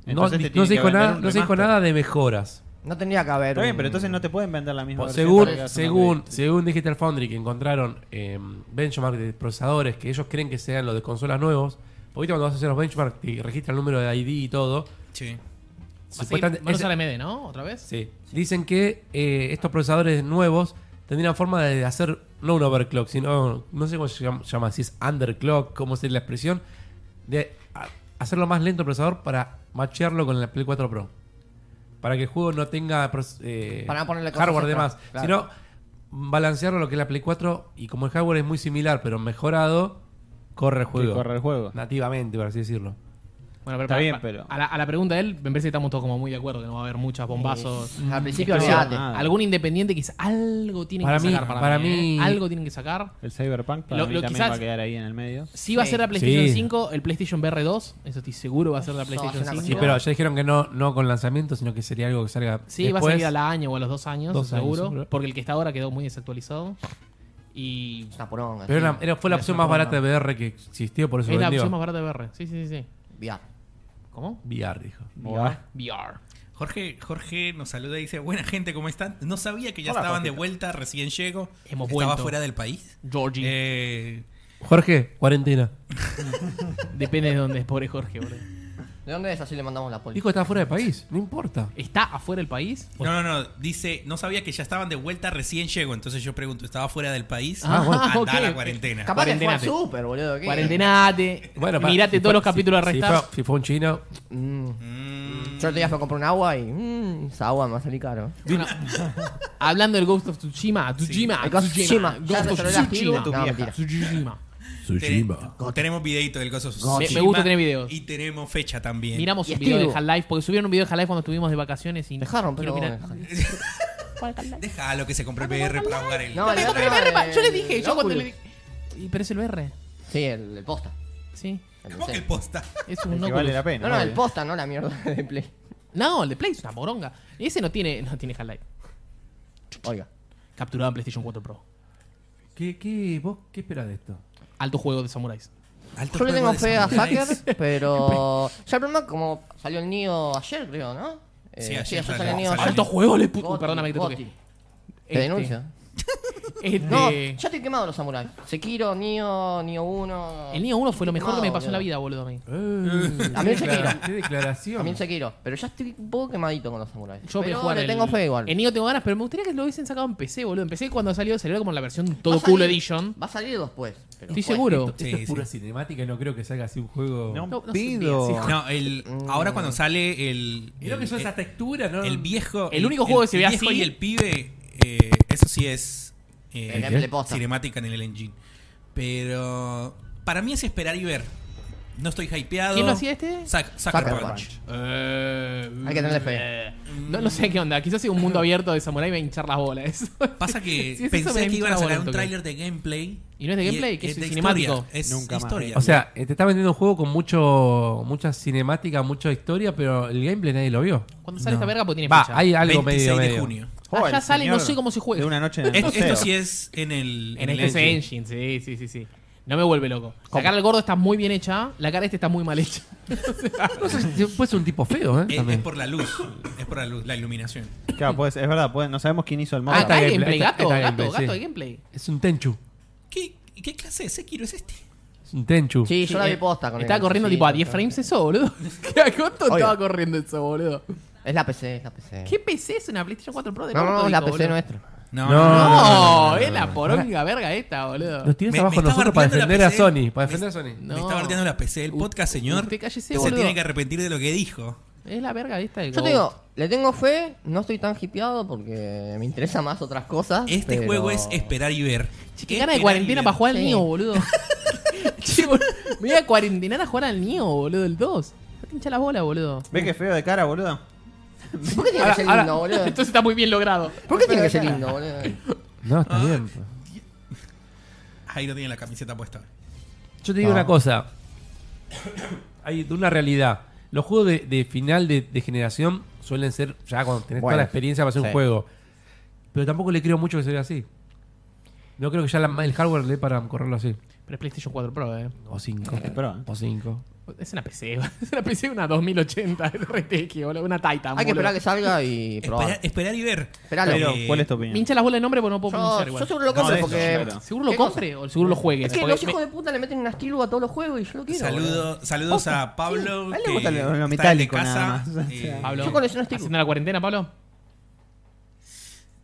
no-
Entonces te tienen
no, se
que
dijo
vender
nada,
un
no se dijo
remaster.
nada de mejoras.
No tendría que haber.
Está bien,
un-
pero entonces no te pueden vender la misma
Por-
versión
según
para que hagas un
según,
upgrade.
según Digital Foundry, que encontraron eh, benchmark de procesadores que ellos creen que sean los de consolas nuevos, porque viste cuando vas a hacer los benchmarks te registra el número de ID y todo.
Sí.
Va a seguir-
Supuestamente-
Van a usar
ese-
AMD, ¿no? ¿Otra vez?
sí. Dicen que eh, estos procesadores nuevos tendrían forma de hacer, no un overclock, sino, no sé cómo se llama, llama, si es underclock, cómo sería la expresión, de a- hacerlo más lento el procesador para machearlo con la Play 4 Pro. Para que el juego no tenga pros- eh,
Para no ponerle cosas
hardware de más,
extra, claro.
sino mm, balancearlo lo que es la Play 4 y como el hardware es muy similar pero mejorado, corre el
Que
juego.
corre el juego.
Nativamente, por así decirlo.
Bueno, pero
Está
para-
bien,
pa-
pero-
A la, a la pregunta de él, me parece que estamos todos como muy de acuerdo que no va a haber muchas bombazos.
Eh, Al principio
Es que-
olvídate.
Ah. nada.
Algún independiente que algo tienen
Para
que
mí-
sacar para,
para
mí. ¿eh?
mí-
Algo tienen que sacar.
El Cyberpunk para
Lo-
mí
lo
también
quizás-
va a quedar ahí en el medio.
Si va a
Sí.
ser la PlayStation
Sí.
5, el PlayStation VR 2, eso estoy seguro va a ser la
Eso va a
PlayStation
ser una
5.
Sí, pero ya dijeron que no, no con lanzamiento, sino que sería algo que salga
Sí,
después.
va a salir al año o a los dos años,
Dos años,
seguro,
seguro.
Porque el que está ahora quedó muy desactualizado. Y
Una poronga.
Pero
sí.
era- era- fue la
Es
opción
una
más
forma.
barata de VR que existió, por eso
es la
vendió.
opción más barata de VR. Sí, sí, sí. sí.
VR.
¿Cómo?
VR, dijo.
Buah.
VR.
Jorge, Jorge nos saluda y dice, buena gente, ¿cómo están? No sabía que ya
Hola,
estaban de
Jorgito.
vuelta, recién llego.
Hemos
Estaba
vuelto.
fuera del país.
Georgie.
Eh,
Jorge, cuarentena.
Depende de dónde es, pobre Jorge, boludo.
¿De dónde es? Así le mandamos la poli.
Dijo que estaba fuera de país, no importa.
¿Está afuera del país?
no, no, no. Dice, no sabía que ya estaban de vuelta, recién llego. Entonces yo pregunto, ¿estaba fuera del país?
Ah, bueno.
Andá
ok,
a la
ok.
cuarentena.
Capaz que fue al
Cuarentenate.
super, boludo. ¿qué?
Cuarentenate.
para-
mirate
si
todos
fue-
los capítulos
si-
de
si
Restart.
fue- Si fue un chino,
Mm.
Mm,
Yo el otro día fui a comprar un agua y. Mmm, esa agua me va a salir caro.
Bueno, hablando del Ghost of Tsushima, Tsushima,
El Ghost of
Tsushima,
Tsushima. Ya
Ghost of
resolvió las
Tsushima,
pibas, tu vieja.
Tsushima. Tsushima.
tene- Tenemos videito del coso.
Me-
Tsushima
me gusta tener videos.
Y tenemos fecha también.
Miramos
Y
un video de
Steve.
Half-Life, porque subieron un video de Half-Life cuando estuvimos de vacaciones y
Dejá romper
quiero
los
mirar-
huevos.
Déjalo que se compre VR para jugar el...
No, el
Me
otro
compré el
era
VR, pa-
el-
yo les dije,
el
yo cuando le
Oculus.
dije... Y, Pero es el VR,
Sí, el, el posta.
sí,
El
¿Cómo
de
que el
Sega.
posta?
es un
El que
Oculus.
vale la pena.
No, no, el
obvio.
posta, no la mierda de Play.
No, el de Play es una moronga. Ese no tiene, no tiene Half-Life.
Oiga.
Capturado en PlayStation 4 Pro.
¿qué, qué, vos, ¿qué esperás de esto?
Alto juego de samuráis.
Alto
Yo le
juego
tengo
de
fe a
samuráis.
Hacker, pero. Ya el problema, como salió el Nio ayer, creo, ¿no? Eh,
Sí, ayer salió-
salió el Nio
salió.
ayer.
Alto juego le puto.
Goti,
Perdóname que te
Goti.
toque.
Te denuncio.
Este,
No, yo estoy quemado de los samuráis. Sekiro, Nio, Nio 1.
El Neo 1 fue lo mejor que me
Quemado,
pasó en la
boludo.
vida, boludo, a mí.
También se
Eh, declara-
queda.
qué declaración.
También Sekiro. Pero ya estoy un poco quemadito con los samuráis.
Yo voy a
pero
jugar
le
el-
tengo fe igual.
El Neo tengo ganas, pero me gustaría que lo hubiesen sacado en PC, boludo. En PC cuando salió, salió como la versión todo
Va a
cool
salir-
edition.
Va a salir después. Pero
Estoy
después.
seguro.
Esto
Sí,
es
sí.
pura cinemática y no creo que salga así un juego.
No,
no se
pido.
piensa,
No, el,
Mm.
ahora cuando sale el.
Mirá
el-
que son esas texturas, ¿no?
el, el viejo.
El único juego que se ve
el viejo
así-
y el pibe, eh, eso sí es. eh,
El gameplay posta.
cinemática en el engine. Pero. Para mí es esperar y ver. No estoy hypeado.
¿Quién lo hacía este?
Sac- Sucker
Sucker
Punch.
Punch.
Eh,
Hay que tenerle fe.
No, no sé qué onda. Quizás sea un mundo abierto de samurái y me va a hinchar las bolas. eso.
Pasa que
Sí, eso me
pensé que
hincha
iban a
la bola
sacar
un
un
toque.
tráiler de gameplay.
¿Y no es de gameplay? ¿Que es
de
cinemático?
historia, Es
Nunca más.
historia.
O sea, eh, te está vendiendo un juego con mucho mucha cinemática, mucha historia, pero el gameplay nadie lo vio.
Cuando sale
No.
esta verga, pues tiene
Va,
fecha.
hay algo
26
medio,
de
medio.
junio.
Allá
el
sale, no
señor
sé cómo se juega.
De una noche en el
Es-
museo.
esto sí es en el.
En
el
este
engine.
engine. sí, sí, sí, sí. No me vuelve loco. La cara del gordo está muy bien hecha, la cara de este está muy mal hecha.
No sé, si puede ser un tipo feo, ¿eh?
Es,
También.
es por la luz. Es por la luz, la iluminación.
Claro, puede ser- es verdad, puede- no sabemos quién hizo el
Ah,
modo.
está el
gameplay,
gameplay,
está-
gato,
está
gato,
gameplay,
gato
sí.
de gameplay.
Es un tenchu.
¿Qué, ¿Qué clase de Sekiro es este?
Es un tenchu.
Sí, yo la
Sí,
vi
eh,
posta con el
Estaba corriendo tipo a 10 frames eso, boludo. ¿Qué a cuánto
Obvio.
estaba corriendo eso, boludo?
Es la PC, es la PC.
¿Qué PC es una PlayStation 4 Pro de
No, no,
orto,
no, es la
digo,
PC
boludo?
nuestra.
No,
No.
No,
No,
es la poronga verga esta, boludo.
Nos tienes
Me-
abajo
me está
nosotros para
bardeando la
defender a
PC.
Sony. Para defender a Sony.
No.
Me está bardeando la PC del
U-
podcast, señor.
usted cállese,
se
boludo.
tiene que arrepentir de lo que dijo.
Es la verga esta. de
Yo te
Ghost.
digo, le tengo fe, no estoy tan hipeado porque me interesan más otras cosas.
Este
pero-
juego es esperar y ver.
Che, qué gana de
Esperar y
cuarentena
ver.
para jugar al
Sí.
Nio, boludo. che, boludo. Me iba a cuarentenar a jugar al Nio, boludo, el 2. No te hincha la bola, boludo.
¿Ve que feo de cara, boludo?
Eh,
¿Por qué tiene que
Ahora-
ser
ahora-
lindo, boludo?
Entonces está muy bien logrado.
¿Por qué tiene que ser lindo, boludo?
No,
Ah.
está bien. pues.
Jairo tiene la camiseta puesta.
Yo te digo una cosa. Hay de una realidad. Los juegos de, de final de, de generación suelen ser, ya cuando tenés
Bueno,
toda la experiencia para hacer
sí.
un juego. Pero tampoco le creo mucho que se vea así. No creo que ya la- el hardware le dé para correrlo así.
Pero es PlayStation 4 Pro, eh.
O 5.
Pero, eh.
O 5.
Es una PC, boludo. es una PC, una 2080 de RTX, boludo. Una Titan.
Hay que
boludo.
esperar que salga y
Esperar,
probar.
esperar y ver.
Esperalo.
Pero,
Eh,
¿cuál es tu
Me
opinión?
hincha las bolas de nombre porque no puedo
Yo,
pronunciar
yo
igual.
seguro lo
No,
compro
de eso,
porque.
claro.
¿Seguro lo
¿Qué
compre o seguro lo juegues?
Es que
Porque
los
me-
hijos de puta le meten un astilgo a todos los juegos y yo lo quiero. boludo.
Saludo- saludos a Pablo.
a él le
que
gusta lo- lo
está
metálico
de casa,
nada más.
eh,
Pablo,
Yo colecciono stickers.
¿haciendo la cuarentena, Pablo?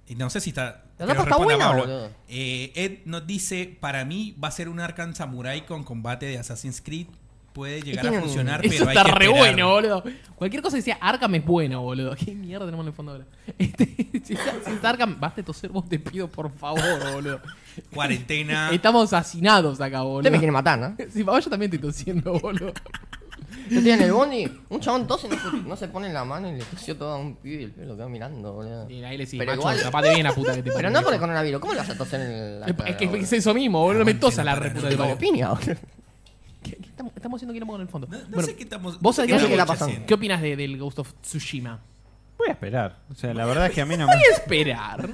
y no sé si está.
La tapa
que nos
está
responda
buena,
Pablo.
boludo.
Eh, Ed nos dice: Para mí va a ser un Arkham Samurai con combate de Assassin's Creed. Puede llegar a
tiene un-
funcionar, pero
Eso
hay
está
que
re
esperar.
bueno, boludo. Cualquier cosa que sea Arkham es bueno, boludo. ¿Qué mierda tenemos en el fondo ahora? Este, si está si está Arkham, basta de toser vos, te pido por favor, boludo. Ah.
Cuarentena.
Estamos hacinados acá,
Usted me
boludo.
quiere matar, ¿no?
Si papá, yo también te estoy tosiendo, boludo.
Yo estoy en el bondi, un chabón tose, no se, no se pone la mano y le cosió todo a un pibe y el pibe lo quedó mirando, boludo.
Y ahí le decís,
Pero
macho,
igual-
tapate bien la puta que te
Pero
parió,
no
viejo.
por el coronavirus, ¿cómo le vas a toser en la cara,
Es que
boludo?
es eso mismo, boludo. No me tosas la reputa que te
Como
parió.
piña, boludo.
Ah, ¿Qué- qué Estamos estamos haciendo quilombo con el fondo.
No, no
Bueno,
sé qué estamos.
vos,
qué
Adrián,
estamos
¿qué la pasamos?
haciendo.
¿Qué opinas de- del Ghost of Tsushima?
Voy a esperar. O sea, la verdad es que a mí no me.
Esperar.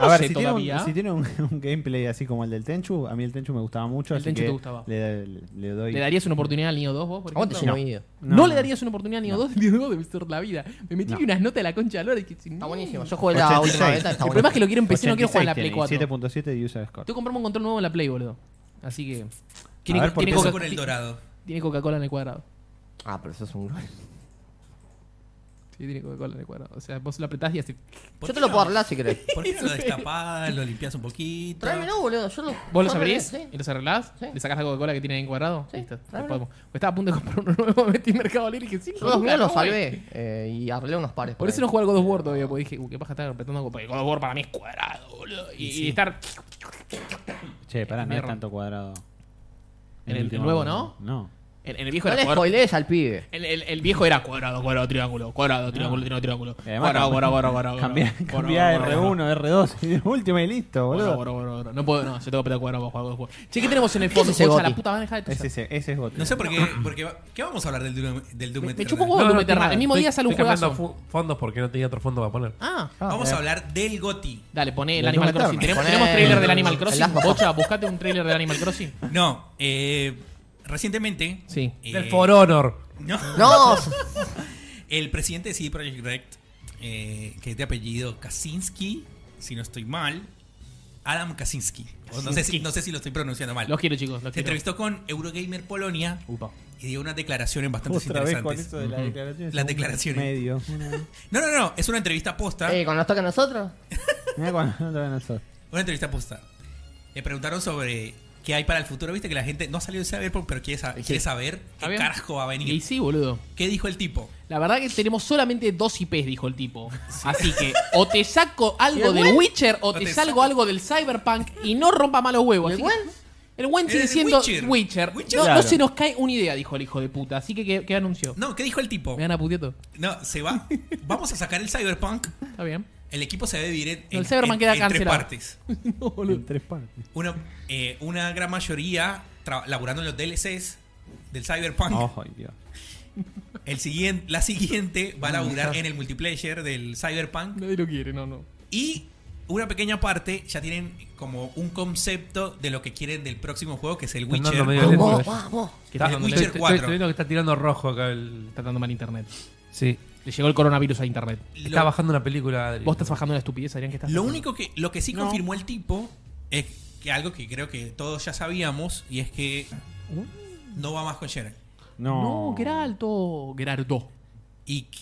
No
a
lo
ver,
sé
si tiene,
todavía.
un, si tiene un, un gameplay así como el del Tenchu, a mí el Tenchu me gustaba mucho.
El
así
Tenchu
que
te gustaba.
Le, le doy.
¿Le darías una oportunidad al Nio 2 vos? Por
¿Cómo te
ejemplo?
lleno video?
No,
No,
le
no.
darías una oportunidad ni a dos, ni a dos debe ser la vida. Me metí
No.
unas notas de la concha de la lora y que sin-
Está buenísimo,
El
yo jugué la
86.
última beta, está
problema es
buenísimo.
que lo quiero en PC, no quiero jugar en la
86
Play
tiene,
4.
7.7 de user score.
Tú comprarme un control nuevo en la Play, boludo. Así que.
ver, ¿por
¿Qué
qué
pasó
Coca-
con el dorado?
tiene Coca-Cola en el cuadrado.
Ah, pero eso es un gol.
Sí, tiene Coca-Cola en el cuadrado. O sea, vos lo apretás y así.
¿Por
Yo
qué
te lo
no?
puedo arreglar si querés.
¿Por qué no lo destapas? ¿Lo limpias un poquito?
Tráemelo, boludo, yo lo.
¿Vos los
yo lo
abrís y
arreglé, Ah, sí.
los arreglás?
Sí.
¿Le sacás la Coca-Cola que tiene ahí en cuadrado?
Sí,
Listo.
claro.
lo podemos. Pues estaba a punto de comprar uno nuevo, me metí en Mercado Libre y que sí.
Yo los míos
no,
los
güey.
salvé eh, y arreglé unos pares.
Por eso no
ahí.
jugué al God of War todavía, porque dije, uh, qué paja estar apretando. Porque God of War para mí es cuadrado, boludo. Y, y estar.
Che, pará, no es
Mierda.
tanto cuadrado.
En el- el
último-
nuevo, ¿no?
No.
En, en el viejo
No
era
le
cuadrado.
spoilees al pibe.
El, el- el viejo era cuadrado, cuadrado, triángulo, cuadrado,
Ah.
triángulo, triángulo, triángulo.
Y además
Cuadrado,
cambi-
cuadrado, cuadrado, cuadrado.
Cambiá,
cuadrado,
cambiá
cuadrado,
R1, R2 y de última y listo,
cuadrado, cuadrado,
boludo.
cuadrado, cuadrado. No puedo, no, yo tengo que apretar cuadrado para jugar God of War. Che, ¿qué tenemos en el
¿Qué es
fondo?
ese
Concha,
goti?
la puta madre, deja de
Ese,
toser.
ese, ese es Gotti.
No sé por qué. Porque, va- ¿Qué vamos a hablar del Doom, del Doom
Me- me
Eternal?
chupo huevo Doom Eternal.
nada,
El mismo
estoy-
día sale un
estoy cambiando
juegazo.
fu- fondos porque no tenía otro fondo para poner.
Ah,
Vamos
Ah,
a hablar del GOTI.
dale, poné el
Del
Animal
Doom
Crossing. ¿Tenemos,
Eternal.
tenemos
Poné
trailer
el-
del Animal
el
Crossing?
Last of Us.
Bocha, buscate un trailer del Animal Crossing.
No, eh, recientemente.
Sí.
eh,
Del For Honor.
No,
¡No!
El presidente de CD Projekt Red, eh, que es de apellido Kaczynski, si no estoy mal, Adam Kaczynski. O No sé, si, no sé si lo estoy pronunciando mal.
Los quiero, chicos. Los
Se
quiero.
entrevistó con Eurogamer Polonia
Upa.
y dio unas declaraciones bastante
Otra vez con
interesantes.
eso de las
Ujú.
declaraciones.
Las declaraciones.
Medio.
No, no, no, es una entrevista posta.
Eh, cuando nos toca a nosotros.
Mirá cuando entran nosotros.
Una entrevista posta. Le preguntaron sobre qué hay para el futuro. Viste que la gente no ha salido de saber, pero quiere, sa- quiere saber
¿Está
qué
bien?
carajo va a
Y
venir.
sí, boludo.
¿Qué dijo el tipo?
La verdad que tenemos solamente dos IPs, dijo el tipo. Así que o te saco algo
¿Y el
del
Gwen?
Witcher o
O
te
te
salgo
saco-
algo del Cyberpunk y no rompa malos huevos.
¿Y el
Así que-
Gwen?
el Gwen sigue
El
siendo Witcher.
Witcher. Witcher.
No, no
Claro.
se nos cae una idea, dijo el hijo de puta. Así que, ¿qué, qué anunció?
No, ¿qué dijo el tipo?
¿Me van a puteto?
No, se va. Vamos a sacar el Cyberpunk.
Está bien.
El equipo se debe dividir en,
El Cyberpunk
en-
queda
en
cancelado.
tres partes.
No,
En
boludo.
tres partes.
Una, eh, una gran mayoría tra- laburando en los DLCs del Cyberpunk.
Oh.
Ojo, Dios.
El siguiente, la siguiente
Oh
va a laburar en el multiplayer del Cyberpunk.
Nadie lo quiere, no, no.
Y una pequeña parte ya tienen como un concepto de lo que quieren del próximo juego, que es el
Fernando
Witcher.
medio lento.
Vamos,
Está-
vamos.
Que está,
El
dando,
Witcher
estoy- estoy-
4.
estoy viendo que está tirando rojo acá el.
está dando mal internet.
Sí.
Le llegó el coronavirus a internet.
Lo-
Está bajando una película, Adri.
Vos estás bajando una estupidez, Adrián, que estás
Lo
haciendo?
único que, lo que sí confirmó el tipo es que algo que creo que todos ya sabíamos y es que
Uh.
no va más con Sharon.
No.
No, Geralto. Gerardo.
Y que